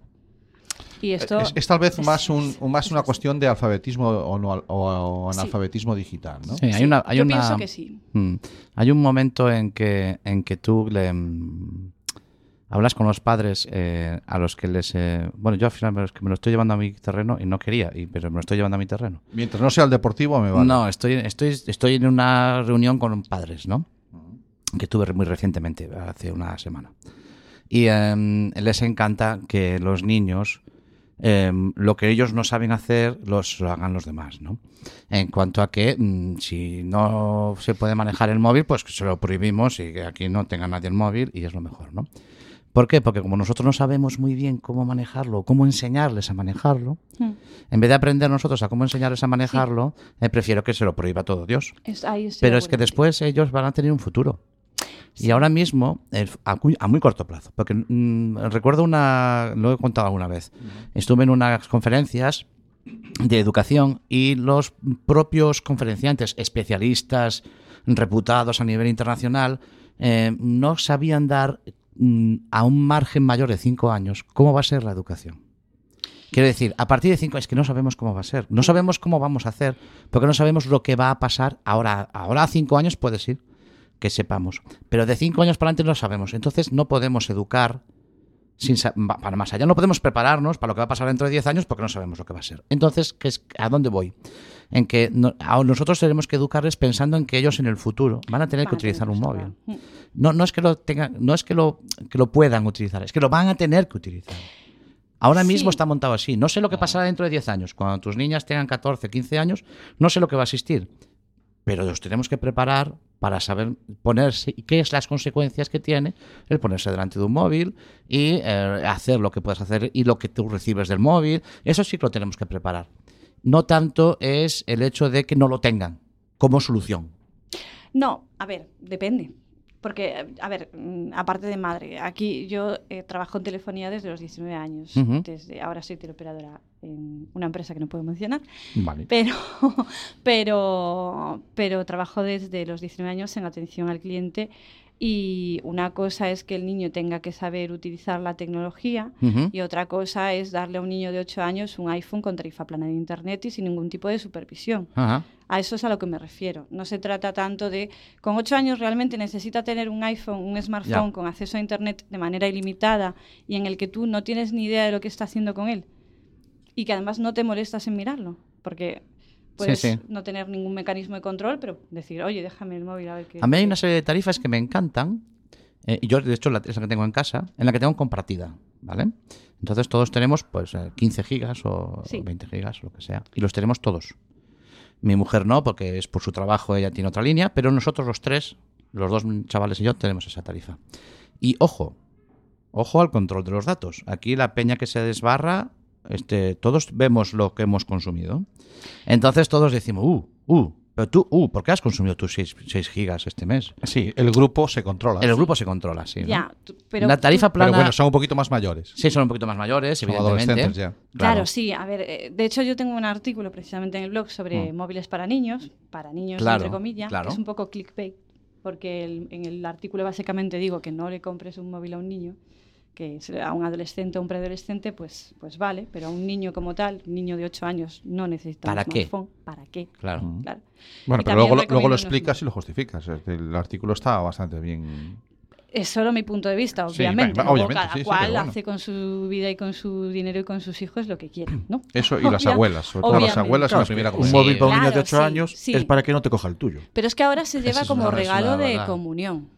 Y esto
es, es tal vez
es-
más, un, un- más
es
una
así.
cuestión de alfabetismo o, no al- o- o
Sí.
analfabetismo digital, ¿no?
Sí, hay una. Hay
yo
una
pienso que sí.
Mm. Hay un momento en que, en que tú le, mm, hablas con los padres eh, a los que les... eh, bueno, yo al final me, lo- es que me lo estoy llevando a mi terreno y no quería, y- pero me lo estoy llevando a mi terreno.
Mientras no sea el deportivo, me vale.
No, estoy, estoy, estoy en una reunión con padres, ¿no? Que tuve muy recientemente, hace una semana. Y em, les encanta que los niños, em, lo que ellos no saben hacer, los, lo hagan los demás, ¿no? En cuanto a que mm, si no se puede manejar el móvil, pues que se lo prohibimos y que aquí no tenga nadie el móvil y es lo mejor, ¿no? ¿Por qué? Porque como nosotros no sabemos muy bien cómo manejarlo, cómo enseñarles a manejarlo,
Mm.
en vez de aprender nosotros a cómo enseñarles a manejarlo, eh, prefiero que se lo prohíba todo Dios.
Es- ahí estoy de
Pero es
acuerdo
que
contigo.
después ellos van a tener un futuro. Y ahora mismo, el- a, cu- a muy corto plazo, porque mm, recuerdo una, lo he contado alguna vez, estuve en unas conferencias de educación y los propios conferenciantes, especialistas reputados a nivel internacional, eh, no sabían dar mm, a un margen mayor de cinco años cómo va a ser la educación. Quiero decir, a partir de cinco es que no sabemos cómo va a ser, no sabemos cómo vamos a hacer, porque no sabemos lo que va a pasar ahora. Ahora a cinco años puede ser que sepamos, pero de cinco años para adelante no sabemos. Entonces no podemos educar sin sa- va- para más allá, no podemos prepararnos para lo que va a pasar dentro de diez años porque no sabemos lo que va a ser. Entonces, ¿qué es, ¿a dónde voy? En que no- a- nosotros tenemos que educarles pensando en que ellos en el futuro van a tener
Van
que
a tener
utilizar un
que
móvil.
estar- Mm.
No, no es que lo tengan, no es que lo, que lo puedan utilizar, es que lo van a tener que utilizar. Ahora
Sí.
mismo está montado así. No sé lo que pasará dentro de 10 años. Cuando tus niñas tengan 14, 15 años, no sé lo que va a existir. Pero los tenemos que preparar para saber ponerse y qué es las consecuencias que tiene el ponerse delante de un móvil y eh, hacer lo que puedes hacer y lo que tú recibes del móvil. Eso sí que lo tenemos que preparar. No tanto es el hecho de que no lo tengan como solución.
No, a ver, depende. Porque, a ver, mm, aparte de madre, aquí yo eh, trabajo en telefonía desde los 19 años.
Ujú.
desde, ahora soy teleoperadora en una empresa que no puedo mencionar.
Vale.
Pero, <laughs> pero, pero trabajo desde los 19 años en atención al cliente y una cosa es que el niño tenga que saber utilizar la tecnología
Ujú.
y otra cosa es darle a un niño de 8 años un iPhone con tarifa plana de internet y sin ningún tipo de supervisión.
Ajá.
A eso es a lo que me refiero. No se trata tanto de, con ocho años realmente necesita tener un iPhone, un smartphone
Ya.
con acceso a Internet de manera ilimitada y en el que tú no tienes ni idea de lo que está haciendo con él. Y que además no te molestas en mirarlo, porque puedes
sí.
no tener ningún mecanismo de control, pero decir, oye, déjame el móvil a ver qué...
A mí hay una serie de tarifas que me encantan. eh, y yo, de hecho, la, es la que tengo en casa, en la que tengo compartida, ¿vale? Entonces todos tenemos pues eh, 15 gigas o
Sí.
20 gigas o lo que sea. Y los tenemos todos. Mi mujer no, porque es por su trabajo, ella tiene otra línea, pero nosotros los tres, los dos chavales y yo, tenemos esa tarifa. Y ojo, ojo al control de los datos. Aquí la peña que se desbarra, este, todos vemos lo que hemos consumido. Entonces todos decimos, uh, uh, pero tú, uh, ¿por qué has consumido tus 6, gigas este mes?
Sí, el grupo se controla.
El grupo se controla, sí. ¿no?
Ya, tú- pero
la
tú-
tarifa plana.
Pero bueno, son un poquito más mayores.
Sí, son un poquito más mayores,
Son
evidentemente.
adolescentes ya.
Claro, sí. A ver, eh, de hecho yo tengo un artículo precisamente en el blog sobre
Mm.
móviles para niños, para niños
Claro,
entre comillas, que
claro.
es un poco clickbait, porque el- en el artículo básicamente digo que no le compres un móvil a un niño, que se- a un adolescente o un preadolescente pues, pues vale, pero a un niño como tal, un niño de 8 años no necesita
¿Para
un
qué?
smartphone. ¿Para qué?
Claro.
Claro.
Bueno,
Y
pero
también
luego, lo- luego
recomiendo
lo
unos-
explicas y lo justificas. El artículo está bastante bien.
Es solo mi punto de vista,
Sí,
obviamente.
va- va-
Luego
obviamente,
cada
sí, sí,
cual
pero bueno.
hace con su vida y con su dinero y con sus hijos lo que quiere, ¿no?
Eso y
<laughs>
las
Obvia-
abuelas, sobre todo las
obviamente.
abuelas en
Claro,
la
es que
primera
un
Sí,
comunión.
móvil para un niño de
claro,
8
sí,
años
sí.
es para que no te coja el tuyo.
Pero es que ahora se lleva
es
como
una- es
regalo
una
de
verdad.
comunión.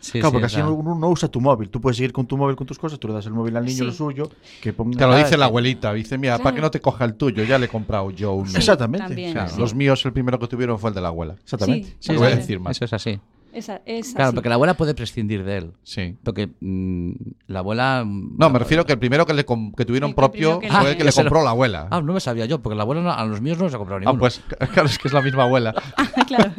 Sí,
claro,
sí,
porque
es
así
la-
uno no usa tu móvil. Tú puedes seguir con tu móvil, con tus cosas, tú le das el móvil al niño
Sí.
lo suyo. Que ponga,
Te lo
Ah,
dice la
sí.
abuelita, dice, mira, para que no te coja el tuyo, ya le he comprado yo uno.
Sí,
Exactamente.
también,
Claro,
sí.
Los míos, el primero que tuvieron fue el de la abuela.
Exactamente.
Sí.
Sí,
No voy a
sí,
decir más.
Eso es así.
Esa, esa
Claro,
sí. <laughs>
porque la abuela puede prescindir de él.
Sí.
Porque mm, la abuela. mm,
No, me refiero que el primero que, le com- que tuvieron
El que
propio
primero que
fue
le-
el que le
Ah, ese
compró
no.
la abuela.
Ah, no me sabía yo, porque la abuela no- a los míos no les ha comprado
Ah,
ninguno.
pues <laughs> claro, es que es la misma abuela.
Ah,
<laughs>
claro.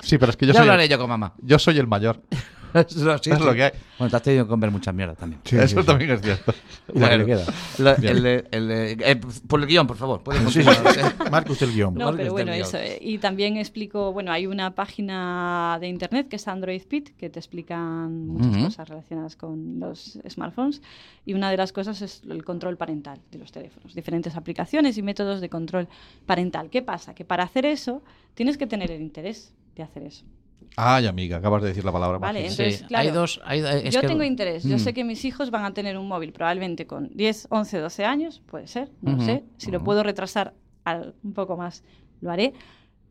Sí, pero es que yo
ya
soy,
hablaré
el,
yo con mamá.
yo soy el mayor.
<laughs> Eso sí,
Es
sí.
lo que hay.
Bueno, te has tenido que comer mucha mierda también.
Sí,
Eso
sí,
también es cierto.
Y la que le
Bueno,
queda.
la-
Bien.
el de- el de- eh, por el guión, por favor. puedes
Sí,
continuar.
sí, sí. Marca usted el guión.
Lo-
No,
Marcos
pero bueno,
del
eso.
Dios.
eh, Y también explico, bueno, hay una página de internet que es Android Pit, que te explican muchas
Ujú.
cosas relacionadas con los smartphones. Y una de las cosas es el control parental de los teléfonos, diferentes aplicaciones y métodos de control parental. ¿Qué pasa? Que para hacer eso tienes que tener el interés de hacer eso.
Ay, amiga, acabas de decir la palabra
Vale,
mágica.
entonces,
Sí,
claro,
hay dos. hay- eh, es
yo
que-
tengo interés. Yo
Mm.
sé que mis hijos van a tener un móvil probablemente con 10, 11, 12 años, puede ser, no lo
Ujú,
sé. Si lo
ujú.
puedo retrasar al- un poco más, lo haré.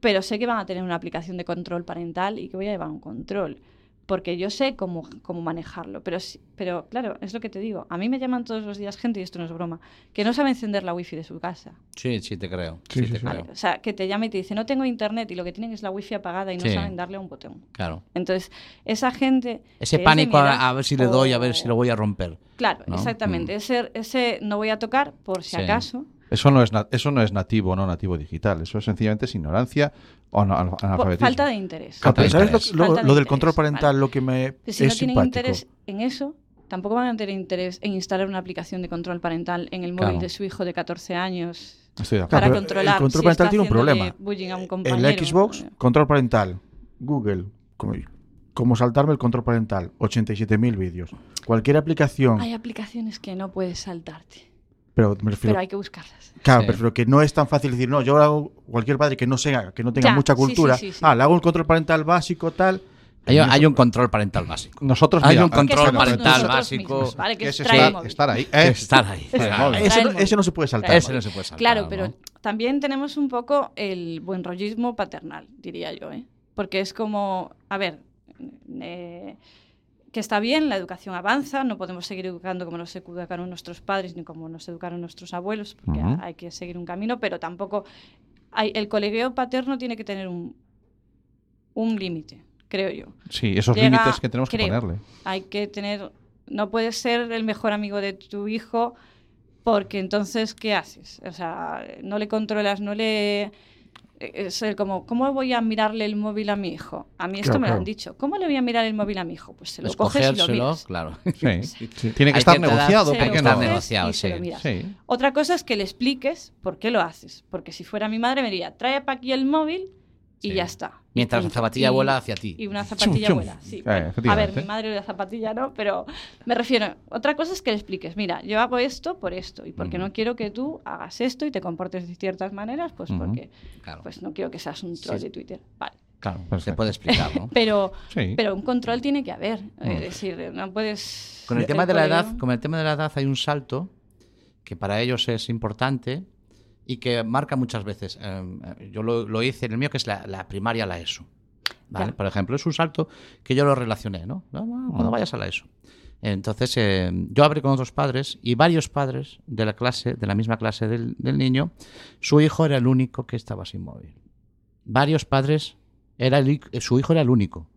Pero sé que van a tener una aplicación de control parental y que voy a llevar un control. Porque yo sé cómo, cómo manejarlo. Pero, sí- pero claro, es lo que te digo. A mí me llaman todos los días gente, y esto no es broma, que no sabe encender la wifi de su casa.
Sí, sí, te creo.
Sí,
sí,
sí,
te
sí.
creo.
O sea, que te llame y te dice, no tengo internet y lo que tienen es la wifi apagada y no
Sí.
saben darle a un botón.
Claro.
Entonces, esa gente... que
Ese
es de Oh.
pánico
mi
a,
edad,
a ver si le doy, a ver si
o-
lo voy a romper.
Claro,
¿no?
exactamente.
Mm.
Ese, ese no voy a tocar por si
Sí.
acaso.
Eso no es na- eso no es nativo, no nativo digital. Eso es sencillamente es ignorancia o no- anal-
por
analfabetismo.
falta de interés.
Claro, pero
de
¿Sabes
interés.
lo, lo-
Falta de
lo del
interés,
control parental?
vale.
Lo que me
Pero si
es
no tienen
simpático.
interés en eso, tampoco van a tener interés en instalar una aplicación de control parental en el móvil
Claro.
de su hijo de 14 años
Estoy de
Claro,
acuerdo.
para
pero
controlar.
el control
si está
parental tiene un
haciéndole
problema.
bullying a un
En
compañero.
la Xbox, control parental. Google, como, como saltarme el control parental, 87.000 vídeos. Cualquier aplicación,
Hay aplicaciones que no puedes saltarte,
pero me refiero,
pero hay que buscarlas.
claro,
Sí.
prefiero que no es tan fácil decir, no, yo hago cualquier padre que no sea, que no tenga
Ya,
mucha
sí, sí,
cultura.
sí, sí.
Ah, le hago el control parental básico, tal.
Hay, hay un control parental básico.
Nosotros
Hay
mira,
un
Que
control
somos
parental
nosotros
básico.
mismos, ¿vale?
que
Que
es
extrae el
estar,
móvil.
estar ahí. ¿eh? <laughs>
Estar ahí.
Claro.
Trae
Ese
el
no,
móvil.
ese no se puede saltar.
Ese no se puede saltar.
Claro,
¿no?
pero también tenemos un poco el buen rollismo paternal, diría yo, ¿eh? Porque es como, a ver, eh, que está bien, la educación avanza, no podemos seguir educando como nos educaron nuestros padres ni como nos educaron nuestros abuelos, porque
Ujú.
hay que seguir un camino, pero tampoco hay- el colegueo paterno tiene que tener un, un límite, creo yo.
Sí, esos
Llega-
límites que tenemos que
creo.
ponerle.
Hay que tener, no puedes ser el mejor amigo de tu hijo porque entonces, ¿qué haces? O sea, no le controlas, no le... eh, Es el como, ¿cómo voy a mirarle el móvil a mi hijo? A mí esto
Claro,
me lo
claro.
han dicho. ¿Cómo le voy a mirar el móvil a mi hijo? Pues se lo coges y lo
Escogérselo,
miras.
claro.
Sí. <laughs> Tiene que
Hay
estar
cierta edad,
negociado,
Se
¿por
lo
qué
Está
no?
coges
negociado,
y se
sí.
lo miras.
Sí.
Otra cosa es que le expliques por qué lo haces. Porque si fuera mi madre me diría, trae para aquí el móvil y
Sí.
ya está.
Mientras la
Punto.
zapatilla
Y-
vuela hacia ti.
Y una zapatilla
chum.
vuela, sí.
Eh,
bueno. a
efectivamente.
ver, mi madre la zapatilla no, pero me refiero, otra cosa es que le expliques, mira, yo hago esto por esto y porque
Ujú.
no quiero que tú hagas esto y te comportes de ciertas maneras, pues
Ujú.
porque
Claro,
pues no quiero que seas un troll
Sí.
de Twitter. Vale.
claro. Se
Perfecto.
puede explicar, ¿no?
Pero,
Sí.
pero un control tiene que haber, eh, es decir, no puedes...
Con el
hacer
tema de la
pollo.
edad, con el tema de la edad hay un salto que para ellos es importante y que marca muchas veces. Eh, yo lo, lo hice en el mío, que es la, la primaria a la ESO. ¿vale?
Claro.
Por ejemplo, es un salto que yo lo relacioné, ¿no? No, no, Cuando vayas a la ESO. Entonces, eh, yo hablé con otros padres y varios padres de la clase, de la misma clase del, del niño, su hijo era el único que estaba sin móvil. Varios padres, era el hi- su hijo era el único.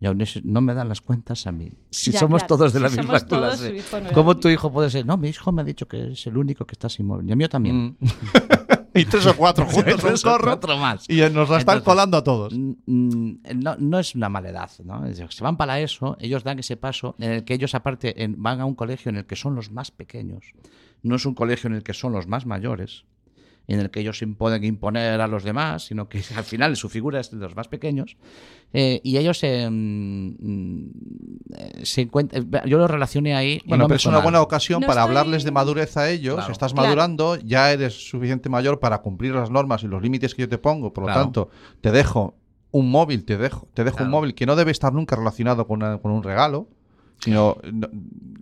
Y aún es- no me dan las cuentas a mí. Si
Ya,
somos
claro.
todos de la
Si
misma
somos todos,
clase.
su hijo no era
¿Cómo
el
tu hijo puede ser? No, mi hijo me ha dicho que es el único que está sin móvil. Mm. Y el mío también.
Mm. y tres o cuatro
<laughs>
juntos, un corro.
Otro más.
Y nos la están
Entonces,
colando a todos.
Mm, mm, No, no es una mala edad, ¿no? Es decir, Se van para la ESO, ellos dan ese paso en el que ellos aparte en- van a un colegio en el que son los más pequeños, no es un colegio en el que son los más mayores, en el que ellos se pueden imponer a los demás, sino que al final su figura es de los más pequeños, Eh, y ellos eh, mm, mm, eh, se encuentran, yo lo relacioné ahí. en
Bueno,
lo
pero es una
personal.
buena ocasión
No
para
estoy-
hablarles de madurez a ellos.
Claro.
Estás
Claro.
madurando, ya eres suficiente mayor para cumplir las normas y los límites que yo te pongo. Por lo
Claro.
tanto, te dejo un móvil, te dejo, te dejo un
Claro.
móvil que no debe estar nunca relacionado con, una- con un regalo, sino no-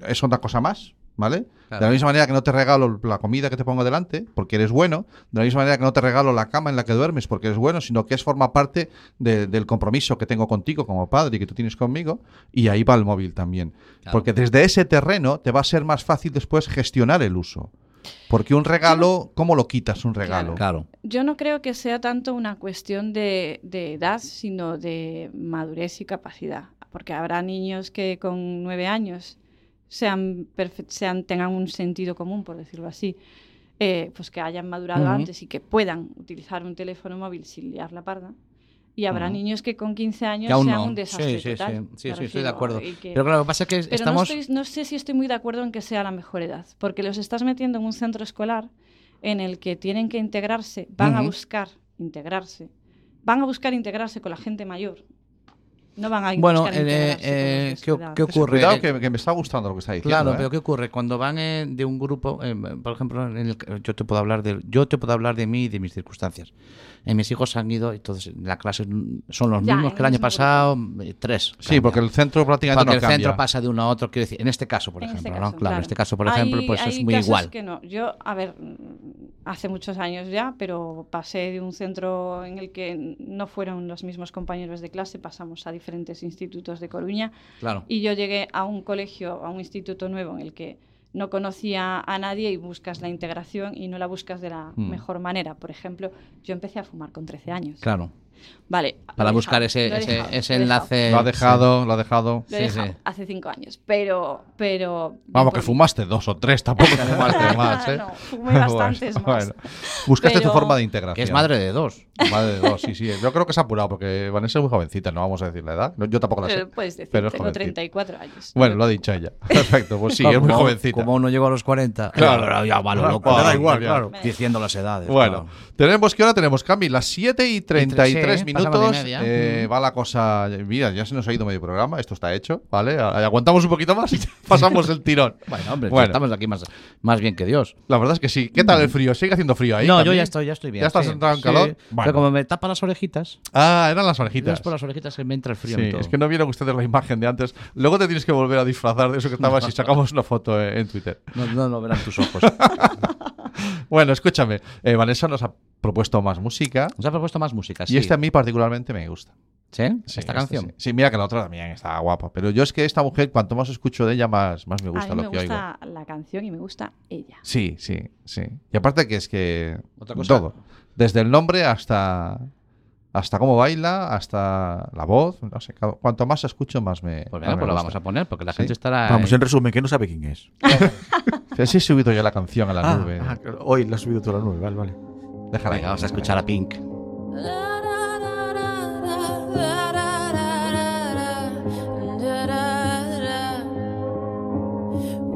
es otra cosa más, ¿vale?
Claro.
De la misma manera que no te regalo la comida que te pongo delante, porque eres bueno, de la misma manera que no te regalo la cama en la que duermes, porque eres bueno, sino que es forma parte de- del compromiso que tengo contigo como padre y que tú tienes conmigo, y ahí va el móvil también.
Claro.
Porque desde ese terreno te va a ser más fácil después gestionar el uso. Porque un regalo, ¿cómo lo quitas un regalo?
Claro,
Yo no creo que sea tanto una cuestión de, de edad, sino de madurez y capacidad. Porque habrá niños que con nueve años sean, perfe- sean tengan un sentido común, por decirlo así, eh, pues que hayan madurado
Ujú.
antes y que puedan utilizar un teléfono móvil sin liar la parda. Y habrá
Ujú.
niños que con 15 años
que aún
sean
no.
un desastre
sí, sí,
total,
sí, sí,
me
sí, estoy de
refiero,
acuerdo.
y que-
Pero claro, lo que pasa es que
pero
estamos...
no, estoy- no sé si estoy muy de acuerdo en que sea la mejor edad, porque los estás metiendo en un centro escolar en el que tienen que integrarse, van a
Ujú.
buscar integrarse, van a buscar integrarse con la gente mayor. No van a
Bueno,
buscar
eh,
integrarse con los
eh,
de su
¿qué-
edad.
qué ocurre?
Cuidado
Eh,
que, que me está gustando lo que está diciendo.
Claro,
¿eh?
pero ¿qué ocurre? Cuando van eh, de un grupo, eh, por ejemplo, en el- yo, te puedo hablar de, yo te puedo hablar de mí y de mis circunstancias. Eh, mis hijos han ido, entonces en la clase son los
Ya,
mismos
en
que el
el
año
mismo
pasado, eh, tres.
Sí, porque el centro prácticamente
Porque el
no cambia.
centro pasa de uno a otro, quiero decir, en este caso, por
En este
ejemplo, ¿no?
caso,
Claro, en este caso, por ejemplo,
Hay-
pues es
hay
muy
casos
igual.
que no. Yo, a ver, mm, hace muchos años ya, pero pasé de un centro en el que no fueron los mismos compañeros de clase, pasamos a diferentes institutos de Coruña.
Claro.
Y yo llegué a un colegio, a un instituto nuevo en el que no conocía a nadie y buscas la integración y no la buscas de la
Mm.
mejor manera. Por ejemplo, yo empecé a fumar con 13 años.
Claro.
Vale. lo he
Para
dejado,
buscar
lo
ese,
he
ese-
dejado,
ese
lo he dejado,
enlace.
Lo ha dejado, lo ha dejado.
Lo he
Sí,
dejado
sí.
hace 5 años, pero... pero bien
Vamos, que
por mí.
fumaste dos o tres,
<laughs>
tampoco fumaste más, ¿eh?
No,
<laughs>
fumé bastantes más.
Buscaste
Pero-
tu forma de
sí,
integración.
Que es madre de dos.
Madre de dos, sí, sí. Yo creo que es apurado, porque Vanessa es muy jovencita, no vamos a decir la edad. No, yo tampoco la sé.
Eh, puedes decir,
pero es
tengo
jovencita.
34 años.
Bueno, lo ha dicho ella. Perfecto, pues sí, es muy
Como-
jovencita.
Como uno llegó a los 40.
Claro.
ya va lo
Ah,
loco.
me da
¿no?
igual, ya.
Diciendo las edades.
Bueno,
claro.
tenemos que ahora tenemos, Cami, las 7 y 33
Sí, pasamos
minutos.
de media.
Eh, Va la cosa. Mira, ya se nos ha ido medio programa, esto está hecho, ¿vale? A- Aguantamos un poquito más y <laughs> pasamos el tirón.
Bueno, hombre,
Bueno.
estamos aquí más, más bien que Dios.
La verdad es que sí. ¿Qué tal el frío? ¿Sigue haciendo frío ahí?
no, yo
Cami?
ya estoy, ya estoy bien.
¿Ya estás
sí,
entrado en
sí.
calor? Bueno.
Pero como me tapa las orejitas,
Ah, eran las
es
orejitas.
por las orejitas que me entra el frío.
Sí,
y todo.
es que no vieron ustedes la imagen de antes. Luego te tienes que volver a disfrazar
<laughs>
de eso que estabas y sacamos una foto eh, en Twitter.
no, no lo verán
<laughs>
tus ojos.
Bueno, escúchame. eh, Vanessa nos ha propuesto más música
Nos ha propuesto más música.
y
sí.
esta a mí particularmente me gusta.
¿Sí?
Sí,
Esta
esta
canción.
Sí. Sí, mira que la otra también está guapa. Pero yo es que esta mujer, cuanto más escucho de ella, más, más me gusta
a mí
lo
me
que oigo.
gusta la canción y me gusta ella.
Sí, sí, sí. Y aparte que es que
Otra cosa.
todo. Desde el nombre hasta hasta cómo baila, hasta la voz, no sé, ca- cuanto más escucho, más me. más
Pues
me
venga, pues la
gusta.
vamos a poner, porque la
Sí.
gente estará.
Vamos,
eh,
en resumen, que no sabe quién es.
Sí, he subido yo la canción a la
Ah,
nube.
ah, claro, hoy la has subido tú a la nube, vale, vale.
Déjala ahí.
venga, vamos a escuchar a Pink.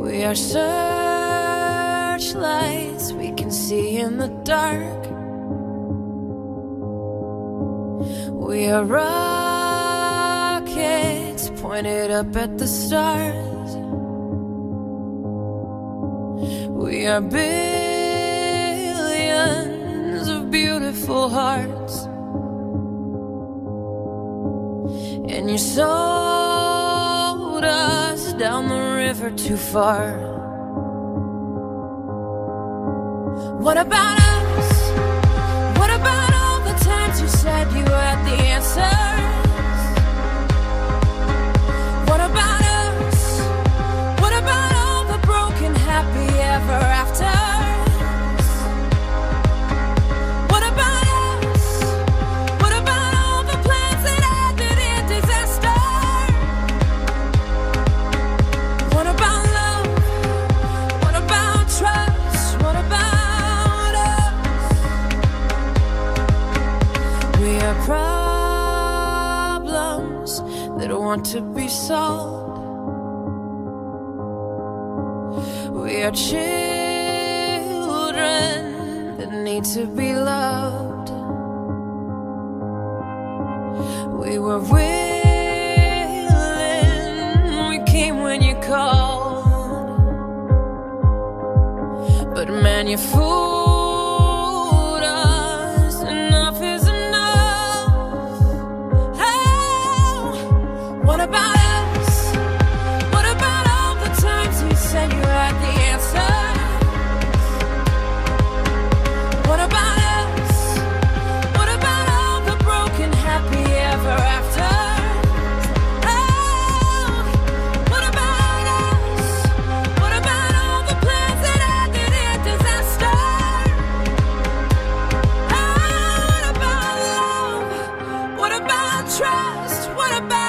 We are searchlights we can see in the dark. We are rockets pointed up at the stars. We are billions of beautiful hearts. And you sold us down the river too far. What about us? What about all the times you said you had the answers? What about us? What about all the broken happy ever afters? What about us? What about all the plans that ended in disaster? What about love? What about trust? What about us? We are problems that want to be solved. We are children that need to be loved. We were willing, we came when you called. But man, you fooled us. Enough is enough. Oh, what about us? What about all the times you said you had the answer? What about us? What about all the broken happy ever after? Oh, what about us? What about all the plans that ended in disaster? Oh, what about love? What about trust? What about us?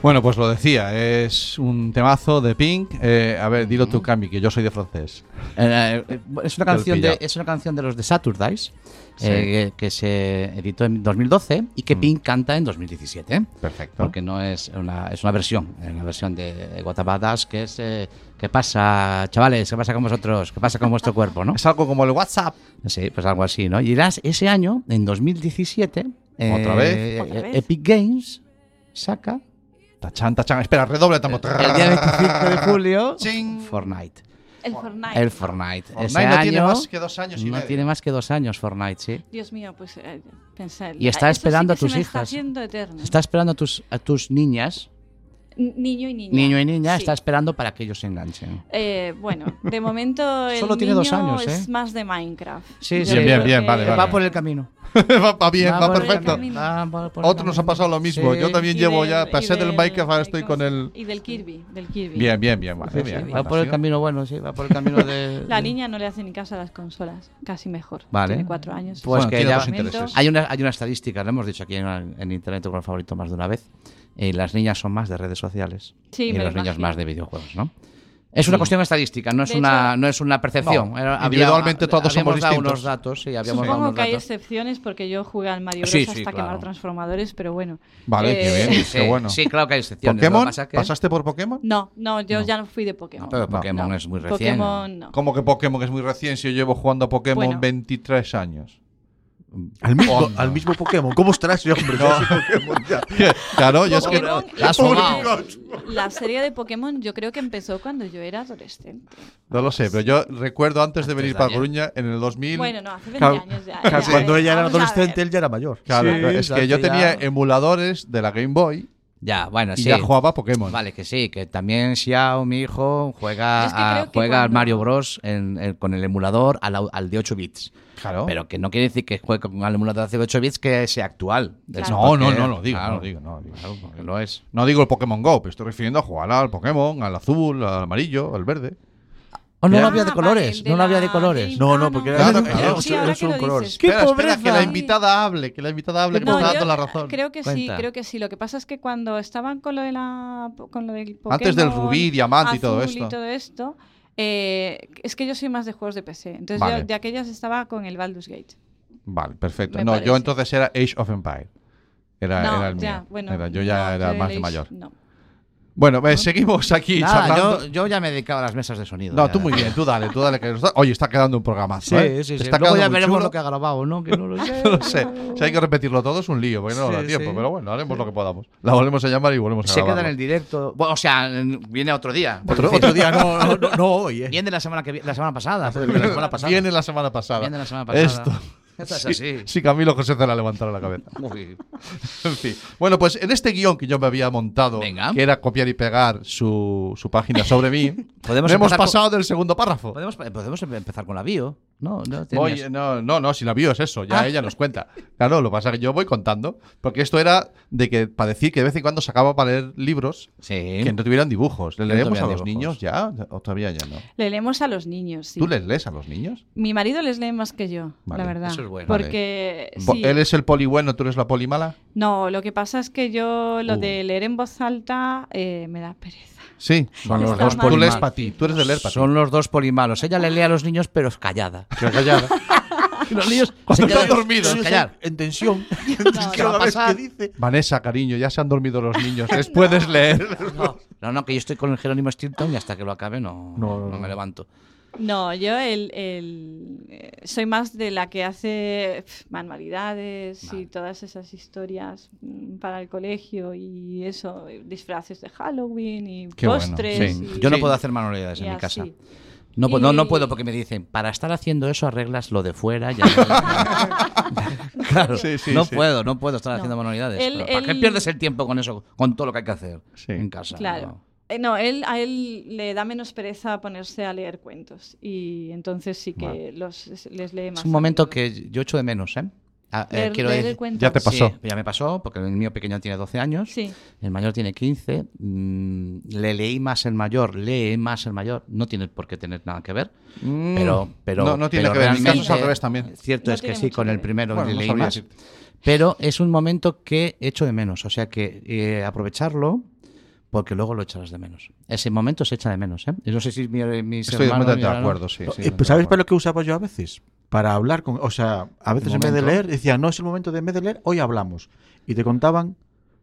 Bueno, pues lo decía, es un temazo de Pink. Eh, a ver, dilo
Mm.
tú, Cami, que yo soy de francés.
Eh, eh, es, una
Te lo
canción de,
pilla.
es una canción de los de Saturdays eh, que, que se editó en 2012 y
Mm.
que Pink canta en 2017.
Perfecto.
Porque no es una, es una versión, es una versión de What About Us que es eh, ¿Qué pasa, chavales? ¿Qué pasa con vosotros? ¿Qué pasa con vuestro
<laughs>
cuerpo? ¿no?
Es algo como el WhatsApp.
Sí, pues algo así, ¿no? Y verás, ese año, en 2017, eh,
¿Otra vez?
eh,
¿Otra vez?
Epic Games saca
Tachan, tachan. Espera, redoble estamos.
el día 25 de julio
<laughs> Ching.
Fortnite.
El Fortnite.
El Fortnite.
Fortnite
Ese
no tiene
año-
más que dos años y
no
medio.
tiene más que dos años Fortnite, sí.
Dios mío, pues eh, pensar.
Y está
Eso sí
esperando
que
a tus
se me Está
hijas.
haciendo eterno.
Está esperando a tus, a tus niñas,
N- Niño y niña.
niño y niña,
Sí.
está esperando para que ellos se enganchen.
Eh, bueno,
<laughs>
de momento el
Solo tiene
niño
dos años, ¿eh?
es más de Minecraft.
Sí,
Yo
sí.
Bien, bien,
creo
bien,
que-
vale,
Va
vale.
por el camino.
<laughs> va, va bien, va,
por el
perfecto.
camino. Ah, Va por el
Otro nos ha
camino.
pasado lo mismo.
Sí.
Yo también
y
llevo
del-
ya,
y
pasé del Minecraft, ahora
del-
estoy con el.
Y del Kirby, del Kirby.
Bien, bien, bien, vale, bien.
Va
bueno,
por el
sí.
camino bueno, sí, va por el camino
<laughs>
de...
La
de-
niña no le hace ni caso a las consolas, casi mejor.
Vale.
Tiene cuatro años.
Pues
Bueno,
que
tiene
ya-
dos intereses.
Hay una, hay una estadística, lo hemos dicho aquí en, en Internet con el favorito más de una vez. eh, las niñas son más de redes sociales
Sí,
y
me lo
los niños
imagino.
más de videojuegos, ¿no? Es una cuestión estadística, no es,
De
una,
hecho-
no es una percepción.
Mm. No,
Era- había-
individualmente todos somos
habíamos dado
distintos.
unos datos, sí, habíamos dado
Supongo
unos
que hay
datos.
excepciones porque yo jugué al Mario Bros
Sí,
hasta
sí,
quemar
claro.
transformadores, pero bueno.
Vale, qué
Eh,
bien, qué bueno.
Sí, claro que hay excepciones. lo que
¿Pokémon?
pasa es que-
¿Pasaste por Pokémon?
No, no, yo ya no fui de Pokémon.
No, pero Pokémon
No,
es muy recién.
Pokémon no.
¿Cómo que Pokémon que es muy recién? Si yo llevo jugando a Pokémon
Bueno.
23 años. <laughs>
Al mismo,
Onda.
al mismo Pokémon. ¿Cómo estará ese hombre? <laughs> Ese Pokémon ya.
claro, yo es que.
Pokémon
la has
es-
fumado.
La serie de Pokémon yo creo que empezó cuando yo era adolescente.
No lo sé, pero yo recuerdo antes de venir
de
para
ayer.
Coruña, en el 2000.
Bueno, no, hace 20
Claro,
años ya.
Claro,
ya,
Cuando
eh,
ella era
vamos a ver.
adolescente, él ya era mayor.
Claro,
Sí,
es que yo
exacto,
tenía
ya.
emuladores de la Game Boy
Ya, bueno,
Y
sí.
ya jugaba a Pokémon.
Vale, que sí, que también Xiao, mi hijo, juega,
Yo es que
a-
creo que
juega al
cuando-
Mario Bros. en- en- con el emulador al, au- al de 8 bits.
Claro.
Pero que no quiere decir que juegue con el emulador de 8 bits que sea actual.
Claro.
No, Oh, no,
Porque-
no, lo digo,
claro,
no lo digo, no lo digo.
porque lo es.
No digo el Pokémon Go, pero estoy refiriendo a jugar al Pokémon, al azul, al amarillo, al verde.
Oh, no
Ah,
lo había de
vale,
colores,
de
no lo había de
la
colores.
Game-
No, no,
Ah,
porque
no.
era
Claro,
era
claro.
un-
Sí, ahora
es
que
un
lo
color.
dices.
¡Qué
espera, espera, que la
pobreza!
invitada hable, que la invitada hable, que
No,
me está
yo
dando la razón.
Creo que sí,
Cuenta.
creo que sí. Lo que pasa es que cuando estaban con lo, de la, con lo del Pokémon,
Antes del rubí, diamante y todo
azul
esto.
todo esto, eh, es que yo soy más de juegos de PC. Entonces
Vale.
yo de aquellas estaba con el Baldur's Gate.
Vale, perfecto.
Me
no, yo
parece.
entonces era Age of Empire. Era,
no,
era el
ya,
mío.
bueno.
Era- yo ya
no,
era
yo
más
el Age,
de mayor.
No.
Bueno, eh, seguimos aquí
Nada,
charlando.
yo, yo ya me he dedicado a las mesas de sonido.
No,
ya.
tú muy bien, tú dale, tú dale. Que nos da- Oye, está quedando un programa.
Sí,
¿eh?
sí, sí.
Está
Luego
quedando
ya
muy
veremos
chulo.
lo que ha grabado, ¿no? Que
<laughs>
no lo sé.
No sé, si hay que repetirlo todo es un lío, porque no nos da
Sí,
tiempo,
sí.
pero bueno, haremos lo que podamos. La volvemos a llamar y volvemos a
<laughs> Se queda en
grabarlo.
el directo. Bueno, o sea, en- viene otro día. por
Otro,
decir.
otro día,
<laughs>
no, no, no, no hoy, eh.
Viene la semana, que, vi- la semana pasada.
<laughs>
porque La semana pasada.
Viene la semana pasada.
Viene la semana pasada.
Esto.
Esto es
Sí,
así.
sí, Camilo José Cela levantará la
<laughs>
cabeza.
Uy.
En fin. Bueno, pues en este guión que yo me había montado,
Venga.
que era copiar y pegar su, su página sobre mí,
<laughs> Podemos
hemos
empezar con-
pasado del segundo párrafo.
Podemos, podemos empezar con la bio. No, no tenías- Ah.
Voy- no, no, no, si la vio es eso, ya ella nos cuenta. Claro, lo que pasa es que yo voy contando, porque esto era de que para decir que de vez en cuando sacaba para leer libros
Sí.
que no tuvieran dibujos. ¿Le
no
leemos a
tuvieran
los
dibujos.
niños ya? ¿O todavía ya no?
Le leemos a los niños, sí.
¿Tú les lees a los niños?
Mi marido les lee más que yo,
Vale,
la verdad.
eso es bueno.
Porque
Po-
sí,
¿Él es el poli bueno, tú eres la poli mala?
no, lo que pasa es que yo lo
Uh.
de leer en voz alta eh, me da
<laughs>
pereza.
Sí.
Son los
Está
dos
mal.
Tú lees
polimalos.
para ti, tú eres de leer para ti.
Son los dos polimalos. Ella le lee a los niños, pero es callada.
Que callada.
Y <laughs> los niños
<laughs> Cuando
se quedan-
están dormidos.
sin Callar.
En <laughs> tensión.
¿Qué va a
Cada vez que
pasar?
dice.
Vanessa, cariño, ya se han dormido los
<laughs>
niños, les puedes leer.
No, no, no, que yo estoy con el Jerónimo Stilton y hasta que lo acabe no,
No, no,
no me
no.
levanto.
No, yo el, el, eh, soy más de la que hace pf, manualidades y
Vale.
todas esas historias mm, para el colegio y eso, eh, disfraces de Halloween y
Qué bueno,
postres.
sí.
y-
Yo no
Sí.
puedo hacer manualidades
y
en mi casa.
así.
No, pu- no, no
Y-
puedo porque me dicen, para estar haciendo eso arreglas lo de fuera. Ya no- <laughs> claro,
Sí, sí,
no
sí.
puedo, no puedo estar haciendo
No.
manualidades.
Él-
¿Para qué
él-
pierdes el tiempo con eso, con todo lo que hay que hacer
Sí.
en casa?
Claro.
No.
Eh, No, él, a él le da menos pereza ponerse a leer cuentos y entonces sí que
Vale.
los, les lee más.
Es un momento
seguido.
que yo echo de menos, ¿eh? Ah, eh,
Leer-
quiero
leer el
decir-
cuento.
Ya te pasó.
Sí, ya me pasó, porque el mío pequeño tiene 12 años,
Sí.
el mayor tiene 15. mm, le leí más el mayor, lee más el mayor. No tiene por qué tener nada que ver.
Mm,
Pero, pero,
no, no tiene
pero
que ver. En mi caso es
realmente,
al revés también.
Cierto
No
es que
tiene
sí,
mucho
con
que
el
ver.
primero
Bueno,
le
no
leí
sabría
más.
decirte.
Pero es un momento que echo de menos. O sea que eh, aprovecharlo porque luego lo echarás de menos. Ese momento se echa de menos. ¿eh? Y No sé si mi, mis
Estoy
hermanos,
completamente
mi
de
hermana-
acuerdo, sí. sí,
Eh, pues, ¿Sabes para lo que usaba yo a veces? Para hablar con. O sea, a veces
Un
en vez de
momento.
leer, decía, no es el momento de en vez de leer, hoy hablamos. Y te contaban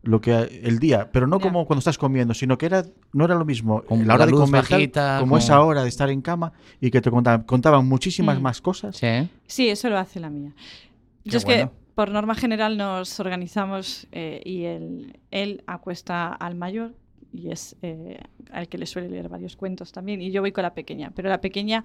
lo que el día, pero no
Ya.
como cuando estás comiendo, sino que era no era lo mismo
Con
la hora
la
de
luz
comer tal,
bajita,
como
con-
esa hora de estar en cama y que te contaban, contaban muchísimas
Mm.
más cosas.
Sí.
Sí, eso lo hace la mía.
Qué
Yo es
bueno.
que por norma general nos organizamos eh, y él, él acuesta al mayor y es eh, al que le suele leer varios cuentos también y yo voy con la pequeña, pero la pequeña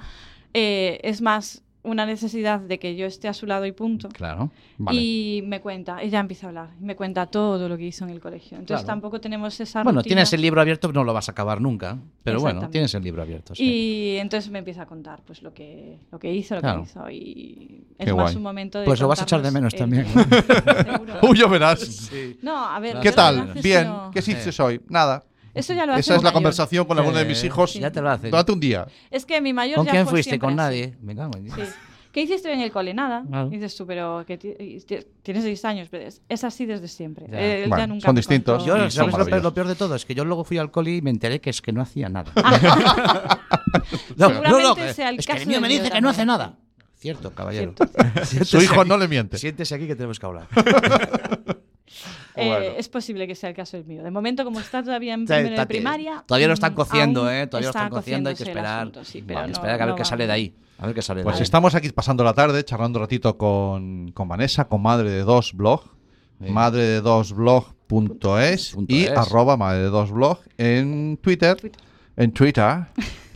eh, es más una necesidad de que yo esté a su lado y punto.
Claro.
Vale.
Y me cuenta, ella empieza a hablar, y me cuenta todo lo que hizo en el colegio. Entonces
Claro.
tampoco tenemos esa
Bueno,
rutina.
tienes el libro abierto, no lo vas a acabar nunca. Pero bueno,
Exactamente.
tienes el libro abierto. sí.
Y entonces me empieza a contar pues lo que, lo que hizo, lo
Claro.
que hizo. Y es
Qué
más
guay.
un momento de.
Pues lo vas a echar de
contarnos
menos
<laughs> el- Seguro.
<laughs> Uy, ya verás.
No, a ver.
¿Qué
yo
¿Qué
la
tal?
verdad es que
Bien.
no-
¿Qué
Sí.
hiciste hoy? Nada.
Eso ya lo hace
Esa es
mi
la
mayor.
conversación con alguno de
Eh,
mis hijos.
ya te lo hace.
Durante un día.
Es que mi mayor
¿Con
ya
quién
fue
fuiste?
siempre
¿Con
así.
nadie? Me cago en Dios.
Sí. ¿Qué hiciste en el cole? Nada.
Claro.
Y Dices tú, pero que ti- y ti- tienes seis años, pero es, es así desde siempre.
Ya.
Eh, él ya
Bueno,
nunca
son
me
distintos.
contó-
Yo,
Y son
¿sabes lo peor,
maravillosos.
lo peor de todo? Es que yo luego fui al coli y me enteré que es que no
<laughs>
hacía nada.
Ah,
<laughs>
Seguramente sea el
es que el
caso
mío
del
me
mío
dice que no hace
también.
nada. Cierto, caballero. <laughs>
Su hijo no le miente.
Siéntese aquí que tenemos
<laughs>
que hablar.
Eh,
Bueno.
Es posible que sea el caso del mío. De momento, como está todavía en
Sí,
primero de
está-
primaria.
Todavía lo están
mm,
cociendo,
aún
¿eh? Todavía lo
está
están cociendo, hay que
cociéndose el
esperar.
asunto, sí,
Hay
pero
que
no-
esperar a ver
no
qué
va.
sale de ahí. A ver qué sale de
Pues
ahí.
estamos aquí pasando la tarde, charlando un ratito con, con Vanessa, con Madre de Dos Blog, madre de dos blog.es
Punto
y
es.
arroba madre de dos blog en Twitter,
Twitter. <laughs>
en Twitter,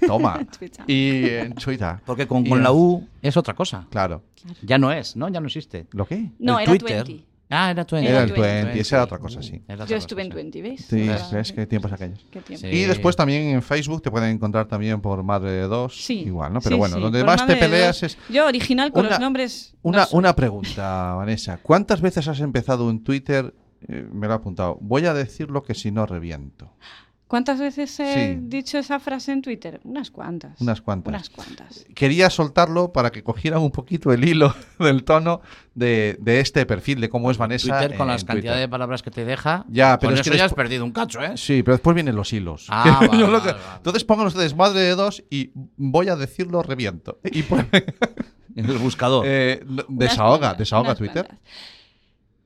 toma,
Twitter.
y en Twitter.
Porque con,
Y
con
en-
la U es otra cosa.
Claro.
Ya no es, ¿no? Ya no existe.
¿Lo qué?
No,
El
era
Twitter.
20.
Ah, era 20.
Era el
Era
20,
20,
esa era otra cosa, sí.
Era otra
Yo
cosa,
estuve en 20, ¿veis?
Sí,
O sea,
ves que tiempos aquellos.
qué tiempo.
Sí.
Y después también en Facebook te pueden encontrar también por Madre de Dos.
Sí.
Igual, ¿no? Pero
sí,
bueno,
sí.
donde
Por
más te
madre de
peleas
Dios.
es.
Yo, original con
Una-
los nombres. no
Una,
soy.
una pregunta, Vanessa. ¿Cuántas veces has empezado en Twitter? Eh, me lo he apuntado. Voy a decir lo que si no reviento.
¿Cuántas veces he
Sí.
dicho esa frase en Twitter? Unas cuantas.
Unas cuantas.
Unas cuantas.
Quería soltarlo para que cogieran un poquito el hilo <laughs> del tono de, de este perfil, de cómo es Vanessa.
Twitter con
en
las cantidades de palabras que te deja.
Ya, pero
con
es
eso
que
ya has
despu-
perdido un cacho, ¿eh?
Sí, pero después <laughs> vienen los hilos.
Ah,
Que
vale,
yo lo
vale,
que-
vale.
Entonces pongan ustedes madre de dos y voy a decirlo reviento. Y <laughs> ponen-
En el buscador.
eh, no-
Unas
desahoga,
cuantas,
desahoga
unas
Twitter.
cuantas.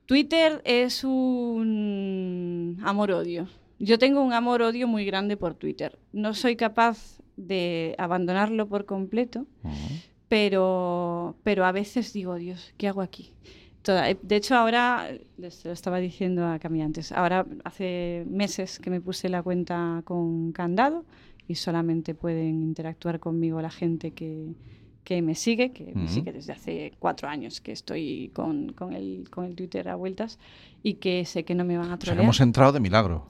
Twitter es un amor-odio. Yo tengo un amor-odio muy grande por Twitter. No soy capaz de abandonarlo por completo, pero, pero a veces digo, Dios, ¿qué hago aquí? Toda- eh, de hecho, ahora, les lo estaba diciendo a Cami antes, ahora hace meses que me puse la cuenta con candado y solamente pueden interactuar conmigo la gente que, que me sigue, que me
Ujú.
sigue desde hace cuatro años que estoy con, con el, con el Twitter a vueltas y que sé que no me van a
O sea,
trolear.
que hemos entrado de milagro.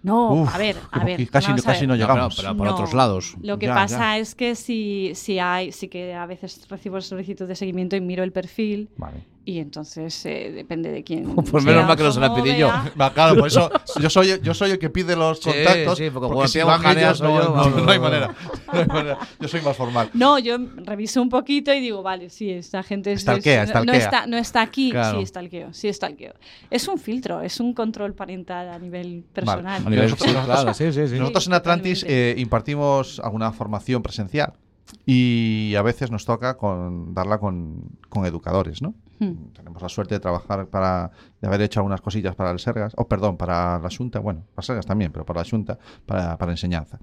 No,
Pues Uf,
a ver, a
como
ver.
que Casi,
vamos a
casi
ver.
no
No,
llegamos.
pero- pero por
No.
otros lados.
Lo que
Ya,
pasa
ya.
es que si, si hay, sí que a veces recibo solicitudes de seguimiento y miro el perfil
Vale.
y entonces eh, depende de quién.
<laughs> Pues
sea
menos mal que no se la
o
pedí
no
yo.
vea.
Va, claro, por eso yo soy, yo soy el que pide los
Sí,
contactos.
sí, porque
porque
cuando
si
tengo
van
jaleo
ellos,
soy
no,
yo,
no-
vamos.
no hay manera, no hay manera. Yo soy más formal.
No, yo reviso un poquito y digo, vale, sí, esta gente es,
Stalkea,
es- no- no,
stalkea.
está, no está aquí,
Claro.
sí, stalkeo, sí, stalkeo. Es un filtro, es un control parental a nivel personal.
A nivel-
Nosotros-
sí,
nosotros-
claro, sí, sí, sí.
Nosotros en Atlantis
totalmente.
eh, impartimos alguna formación presencial y a veces nos toca con, darla con, con educadores, ¿no?
Hmm.
Tenemos la suerte de trabajar para de haber hecho algunas cosillas para el Sergas, o perdón, para la Junta, bueno, para Sergas también, pero para la Junta, para, para enseñanza.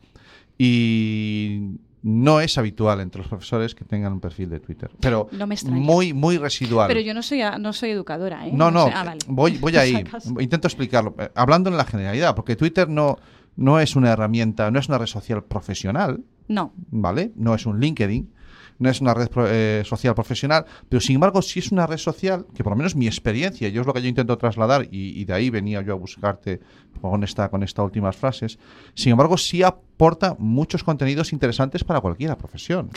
Y no es habitual entre los profesores que tengan un perfil de Twitter, pero
No me extraña.
muy muy residual.
Pero yo no soy, a- no soy educadora, ¿eh?
No, no,
sé- ah, vale.
voy,
<laughs>
voy
Por si
ahí.
acaso.
Intento explicarlo. Eh, Hablando en la generalidad, porque Twitter no, no es una herramienta, no es una red social profesional,
No,
¿vale? No es un LinkedIn, no es una red pro- eh, social profesional, pero sin embargo sí es una red social que por lo menos mi experiencia, yo es lo que yo intento trasladar y, y de ahí venía yo a buscarte con esta con estas últimas frases, sin embargo sí aporta muchos contenidos interesantes para cualquier profesión.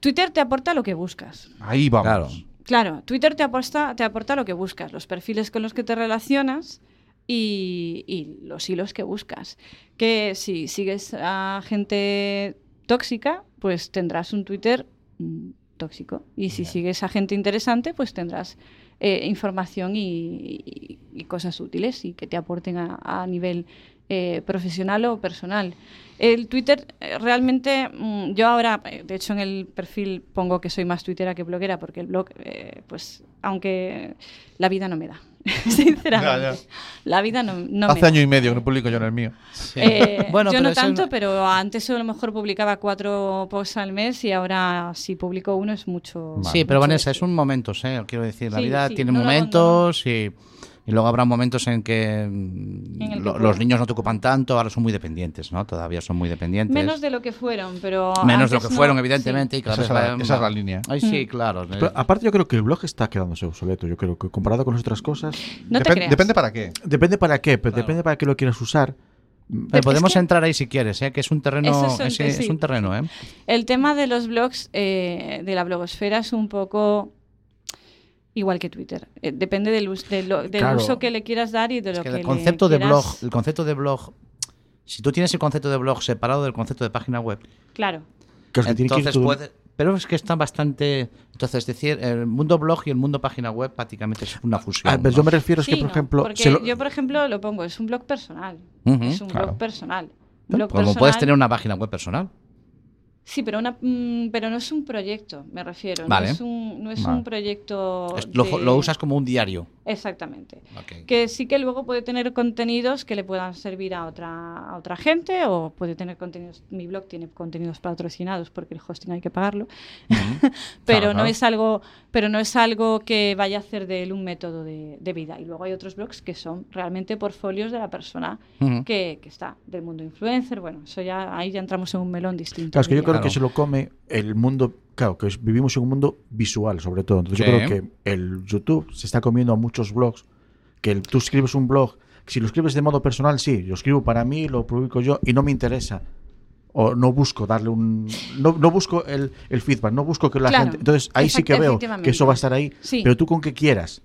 Twitter te aporta lo que buscas.
Ahí vamos.
Claro.
Claro, Twitter te, aposta- te aporta lo que buscas, los perfiles con los que te relacionas y, y los hilos que buscas. Que si sigues a gente tóxica, pues tendrás un Twitter mm, tóxico. Y si sigues a gente interesante, pues tendrás eh, información y, y- y cosas útiles y que te aporten a, a nivel eh, profesional o personal. El Twitter eh, realmente, mm, yo ahora, eh, de hecho en el perfil pongo que soy más twittera que bloguera porque el blog, eh, pues aunque la vida no me da, <laughs> sinceramente.
Ya, ya.
La vida no, no me
Hace
da.
año y medio que no publico yo en el mío.
Eh,
<laughs> Bueno,
yo
pero
no
eso
tanto,
no-
pero antes a lo mejor publicaba cuatro posts al mes y ahora si publico uno es mucho.
Sí, pero
mucho
Vanessa,
decir.
es un momento, ¿eh? quiero decir, la
Sí,
vida
sí,
tiene
no lo
momentos y, y luego habrá momentos en que, mm,
En el que
lo- los
puedas.
niños no te ocupan tanto, ahora son muy dependientes, ¿no? Todavía son muy dependientes.
Menos de lo que fueron, pero.
Menos de
antes
lo que
no. Mm.
fueron,
Sí.
evidentemente. Y cada
Esa
vez
es la-
va-
esa es la línea.
Ay, sí, claro.
Pero aparte, yo creo que el blog está quedándose obsoleto. Yo creo que comparado con las otras cosas.
No te
Depen-
creas.
Depende para qué.
Depende para qué, pero depende para qué lo quieras usar.
Eh, podemos
que-
entrar ahí si quieres, ¿eh? que es un terreno,
Eso es un-
es, es
sí.
un terreno, ¿eh?
El tema de los blogs, eh, de la blogosfera, es un poco igual que Twitter. Eh, depende del, us- del lo- del
Claro.
uso que le quieras dar y de
Es
lo
que
que,
el
le
concepto de
quieras-
blog, el concepto de blog, si tú tienes el concepto de blog separado del concepto de página web,
Claro.
Claro, que tiene que ir
entonces
todo-
puede- pero es que están bastante, entonces es decir, el mundo blog y el mundo página web prácticamente es una fusión.
Ah, pero
¿no?
yo me refiero es
Sí,
que, por
no,
ejemplo.
porque
se lo-
yo, por ejemplo, lo pongo, es un blog personal.
Ujú,
es un
claro.
blog personal.
Como
Blog
puedes
personal-
tener una página web personal.
Sí, pero, una, mm, pero no es un proyecto, me refiero.
Vale.
No es un, no es
Vale.
un proyecto.
Es- lo,
de-
lo usas como un diario.
Exactamente.
Ok.
Que sí que luego puede tener contenidos que le puedan servir a otra, a otra gente o puede tener contenidos. Mi blog tiene contenidos patrocinados porque el hosting hay que pagarlo. <laughs> pero
Claro,
no
claro.
es algo, pero no es algo que vaya a hacer de él un método de, de vida. Y luego hay otros blogs que son realmente portfolios de la persona
Ujú.
que, que está del mundo influencer. Bueno, eso ya ahí ya entramos en un melón distinto.
Claro, es que yo
diría.
creo
Claro.
que se lo come el mundo. claro, que es- vivimos en un mundo visual, sobre todo. Entonces
Sí.
yo creo que el YouTube se está comiendo a muchos blogs. Que el- tú escribes un blog, si lo escribes de modo personal, sí, lo escribo para mí, lo publico yo y no me interesa. O no busco darle un. No, no busco el, el feedback, no busco que la
Claro,
gente. Entonces ahí sí que
efect-
veo que
efectivamente.
eso va a estar ahí.
Sí.
Pero tú con que quieras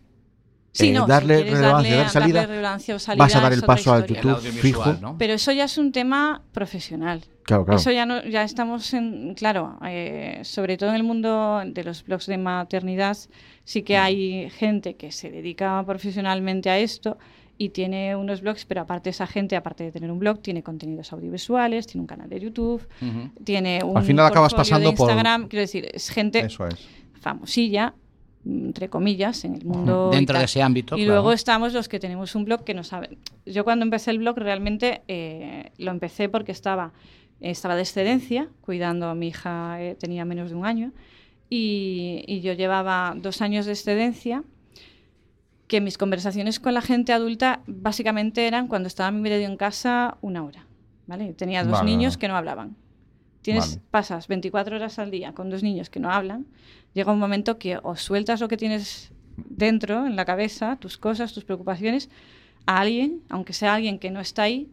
Sí,
eh,
no, si
darle
quieres
relevancia,
darle-
dar salida,
darle relevancia o salida,
vas a dar
es
el
otra
paso al
historia.
El
YouTube
audiovisual,
fijo.
¿no?
Pero eso ya es un tema profesional.
Claro, claro.
Eso ya no, ya estamos en, claro, eh, sobre todo en el mundo de los blogs de maternidad, sí
Mm.
que hay gente que se dedica profesionalmente a esto y tiene unos blogs, pero aparte esa gente, aparte de tener un blog, tiene contenidos audiovisuales, tiene un canal de YouTube,
Ujú.
tiene un
Al final acabas
portfolio de
pasando por-
Instagram, quiero decir, es gente
Eso es.
famosilla entre comillas en el mundo y
Dentro
tal.
de ese ámbito.
Y
claro.
luego estamos los que tenemos un blog que no saben. Yo cuando empecé el blog realmente eh, lo empecé porque estaba, estaba de excedencia, cuidando a mi hija, eh, tenía menos de un año, y, y yo llevaba dos años de excedencia, que mis conversaciones con la gente adulta básicamente eran cuando estaba mi medio en casa una hora. ¿vale? Tenía dos
Vale,
niños
vale.
que no hablaban. Tienes,
Vale.
Pasas 24 horas al día con dos niños que no hablan, llega un momento que o sueltas lo que tienes dentro, en la cabeza, tus cosas, tus preocupaciones, a alguien, aunque sea alguien que no está ahí,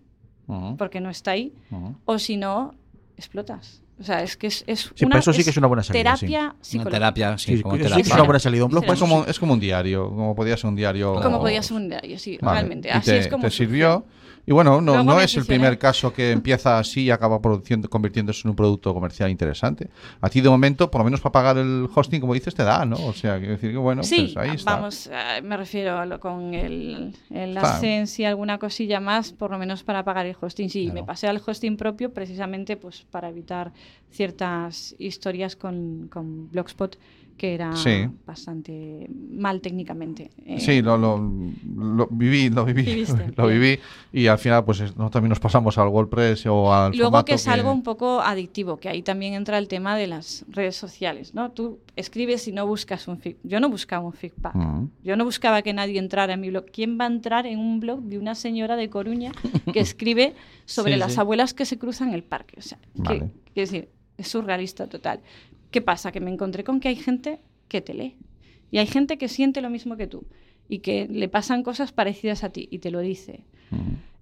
Ujú,
porque no está ahí,
ujú.
o si no, explotas. O sea, es que es, es
Sí, para eso sí que es una buena salida, sí.
terapia
Una
psicológica.
terapia, sí,
Sí,
como
eso
terapia.
es una buena salida. Un blog
Es
Tenemos-
Pues como, es como un diario, como podía ser un diario.
Como podía ser un diario, sí,
Vale,
realmente.
y
Así
te,
es como
te
surgió.
sirvió. Y bueno, no,
Luego
no
me
es el
aficioné.
primer caso que empieza así y acaba produciendo, convirtiéndose en un producto comercial interesante. A ti, de momento, por lo menos para pagar el hosting, como dices, te da, ¿no? O sea, quiero decir que bueno,
Sí,
pues ahí está.
vamos, eh, me refiero a lo- con el, el
Está.
AdSense y alguna cosilla más, por lo menos para pagar el hosting. Sí,
Claro.
me pasé al hosting propio precisamente pues para evitar ciertas historias con, con Blogspot que era
Sí.
bastante mal técnicamente. eh,
Sí, lo, lo- lo viví, lo viví,
Viviste,
<laughs> lo
bien.
viví y al final pues es- no, también nos pasamos al WordPress o al
Luego
formato
que es algo un poco adictivo, que ahí también entra el tema de las redes sociales, ¿no? Tú escribes y no buscas un feedback. Yo no buscaba un feedback.
Ujú.
Yo no buscaba que nadie entrara en mi blog. ¿Quién va a entrar en un blog de una señora de Coruña
<laughs>
que escribe sobre
Sí,
las
sí.
abuelas que se cruzan el parque? O sea, que-
Vale.
quiero decir, es surrealista total. ¿Qué pasa? Que me encontré con que hay gente que te lee y hay gente que siente lo mismo que tú y que le pasan cosas parecidas a ti y te lo dice.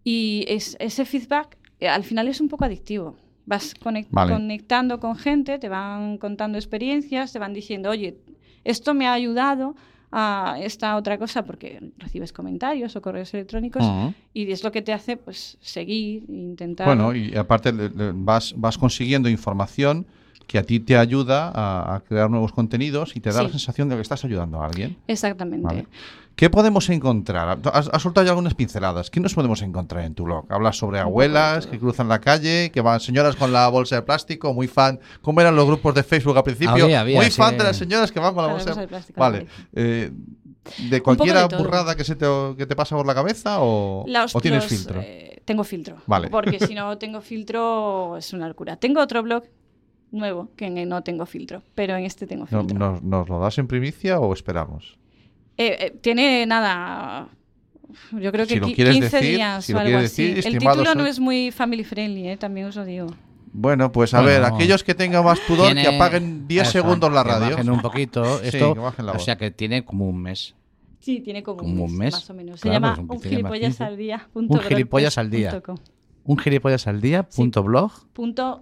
Y es, ese feedback eh, al final es un poco adictivo. Vas conec-
Vale.
conectando con gente, te van contando experiencias, te van diciendo, oye, esto me ha ayudado a esta otra cosa, porque recibes comentarios o correos electrónicos
Ujú.
y es lo que te hace pues seguir, intentar...
Bueno, y aparte le- le- vas, vas consiguiendo información que a ti te ayuda a, a crear nuevos contenidos y te da la
Sí.
sensación de que estás ayudando a alguien.
Exactamente.
Vale. ¿Qué podemos encontrar? Has, has soltado ya algunas pinceladas. ¿Qué nos podemos encontrar en tu blog? Hablas sobre abuelas que cruzan la calle, que van señoras con la bolsa de plástico, muy fan. ¿Cómo eran los grupos de Facebook al principio?
Había, había,
muy
sí.
fan de las señoras que van con la
Con
bolsa de plástico.
plástico,
Vale.
sí.
Eh, ¿De cualquiera
todo.
burrada que, se te, que te pasa por la cabeza o,
Los-
o tienes
los,
filtro?
eh, tengo filtro.
Vale.
Porque
<laughs>
si no tengo filtro es una locura. Tengo otro blog nuevo que no tengo filtro, pero en este tengo
No-
filtro.
¿Nos, nos lo das en primicia o esperamos?
Eh, eh, tiene nada. Yo creo que
Si lo
qui-
quieres
15
decir,
días
si lo
o algo
quieres
así.
decir,
el
estimados
título no
oy-
es muy family friendly, eh, también os lo digo.
Bueno, pues a
Bueno.
ver, aquellos que tengan más pudor,
Tiene-
que apaguen 10
eso,
segundos la
que
radio.
bajen un poquito.
<laughs> Sí,
Esto,
que bajen la
o
voz.
sea que tiene como un mes.
Sí, tiene como,
Como un mes,
más o menos.
claro,
Se llama
es un
un
pequeño
gilipollas
matiz.
al día.
Un gilipollas al día. Un gilipollas al día punto blog.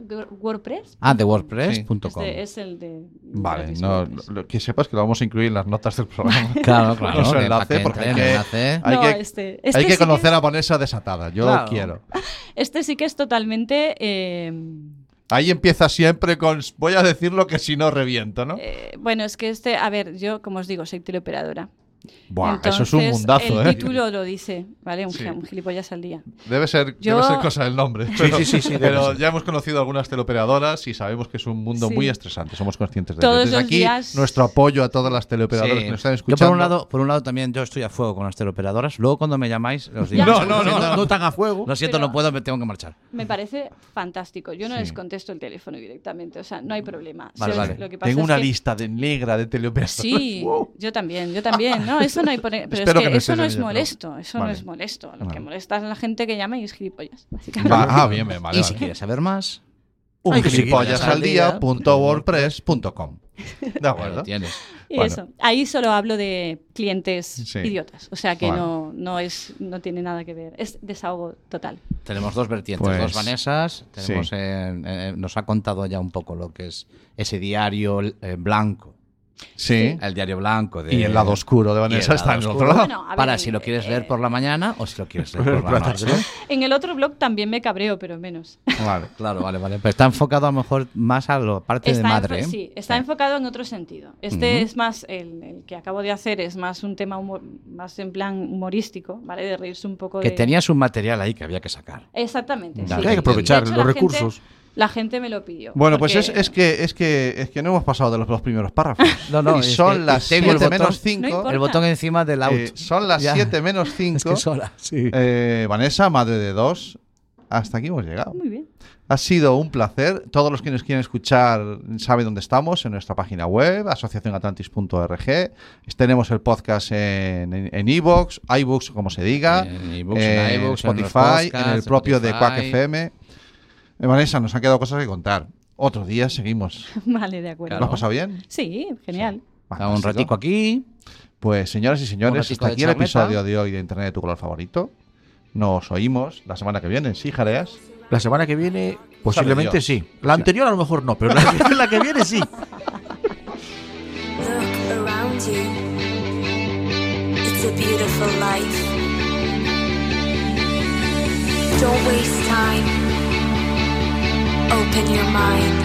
WordPress.
Ah, de wordpress.com.
Este es el de.
Vale,
gratis
no,
WordPress.
lo- que sepas que lo vamos a incluir en las notas del programa.
<laughs> Claro, claro.
Vamos al
que
enlace,
pa' que
porque
entre
hay
en
que-
el enlace.
hay
No,
que-
este, este
Hay
sí
que conocer
es,
a Vanessa desatada, yo
Claro.
quiero.
Este sí que es totalmente. eh,
Ahí empieza siempre con voy a decir lo que si no reviento, ¿no?
eh, bueno, es que este. A ver, yo, como os digo, soy teleoperadora.
Buah, eso es un
Entonces,
mundazo,
el
¿eh?
título lo dice, ¿vale? Un,
Sí.
gi- un gilipollas al día.
Debe ser,
Yo-
debe ser cosa del nombre. pero,
sí, sí, sí, debe
pero
ser.
ya hemos conocido algunas teleoperadoras y sabemos que es un mundo
Sí.
muy estresante. Somos conscientes de
Todos
ello. Desde
los
aquí,
días-
nuestro apoyo a todas las teleoperadoras
Sí.
que nos están
Yo
escuchando.
por un lado, por un lado también yo estoy a fuego con las teleoperadoras. Luego cuando me llamáis os digo,
Ya.
"Lo
No, no,
siento,
no, no tan a fuego.
Lo siento,
Pero-
no puedo, me tengo que marchar.
Me parece fantástico. Yo no
Sí.
les contesto el teléfono directamente, o sea, no hay problema.
Vale,
¿Sabes?
vale.
Lo que pasa
Tengo una
es que-
lista <laughs> de negra de teleoperadoras.
Sí,
Wow.
yo también, yo también. No, eso no hay por- Pero es
Espero
que,
que no
eso
estés
no
en
es
ello, pero-
molesto, eso
Vale.
no es molesto. Lo
Vale.
que molesta es la gente que llama y es gilipollas, <laughs> básicamente.
Va, ah, bien, bien, vale.
y
vale.
si quieres saber más,
un
Hay que seguir
gilipollas
al
al día
día.
punto wordpress punto com. De acuerdo.
Lo eh, tienes.
Y
Ah, Bueno.
eso. Ahí solo hablo de clientes
Sí.
idiotas. O sea que no,
Bueno.
no, es, no tiene nada que ver. Es desahogo total.
Tenemos dos vertientes,
Pues,
dos Vanesas. Tenemos,
sí.
eh, eh, nos ha contado ya un poco lo que es ese diario eh, blanco.
Sí.
El diario blanco. De,
Y el lado oscuro de
y el
Vanessa está en
lado
el otro
oscuro
lado.
Bueno, a ver,
para
eh,
si lo quieres
eh,
leer por la mañana o si lo quieres leer por la noche.
En el otro blog también me cabreo, pero menos.
<laughs> Vale.
Claro, vale, vale. Pero está enfocado a lo mejor más a la parte de
enfo-
madre. ¿eh?
sí, está enfocado en otro sentido. Este es más, el, el que acabo de hacer es más un tema humo- más en plan humorístico, ¿vale? De reírse un poco
Que
de...
tenías un material ahí que había que sacar.
Exactamente.
Claro,
sí.
que hay que
Y de
aprovechar los
la gente-
recursos.
la gente me lo pidió.
Bueno, pues es,
porque-
es que es que es que no hemos pasado de los dos primeros párrafos.
<laughs> No, no,
y
es que-
son
y
las
tengo el
7
botón-
menos 5.
importa.
El botón encima del out.
Eh, son las
Ya.
7 menos 5.
<laughs> Es que sola, sí.
Eh, Vanessa, madre de dos, hasta aquí hemos llegado.
Muy bien. <laughs>
Ha sido un placer. Todos los que nos quieren escuchar saben dónde estamos, en nuestra página web, asociacionatlantis.org. Tenemos el podcast en iBox, en, iBooks, como se diga,
En iVoox,
eh,
en iVoox, en los
Spotify,
podcasts,
en el
en
propio de Quack
Spotify.
FM. Eh, Vanessa, nos han quedado cosas que contar. Otro día seguimos.
Vale, de acuerdo.
¿Lo has pasado bien?
Sí, genial.
Está un
Fantástico.
ratico aquí.
Pues señoras y
Un
señores,
ratico
hasta
de
aquí el
charleta.
episodio de hoy de Internet de tu color favorito. Nos oímos la semana que viene, sí, Jareas.
La semana que viene, posiblemente
Dios.
sí. La anterior a lo mejor no, pero la, <laughs> la que viene sí.
Look around you. It's a beautiful life. Don't waste time. Open your mind.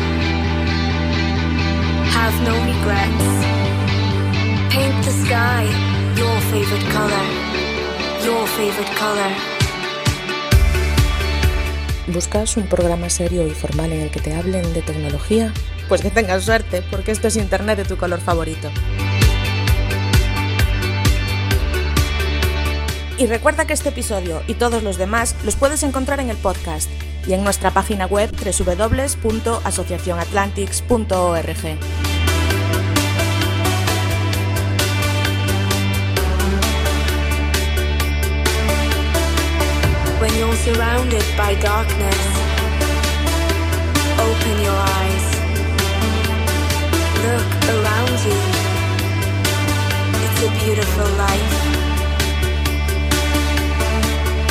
Have no regrets. Paint the sky your favorite color. Your favorite color.
¿Buscas un programa serio y formal en el que te hablen de tecnología?
Pues que tengas suerte, porque esto es Internet de tu color favorito.
Y recuerda que este episodio y todos los demás los puedes encontrar en el podcast y en nuestra página web www.asociacionatlantics.org.
When you're surrounded by darkness, open your eyes. Look around you. It's a beautiful life.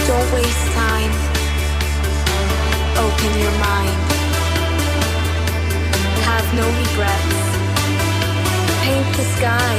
Don't waste time. Open your mind. Have no regrets. Paint the sky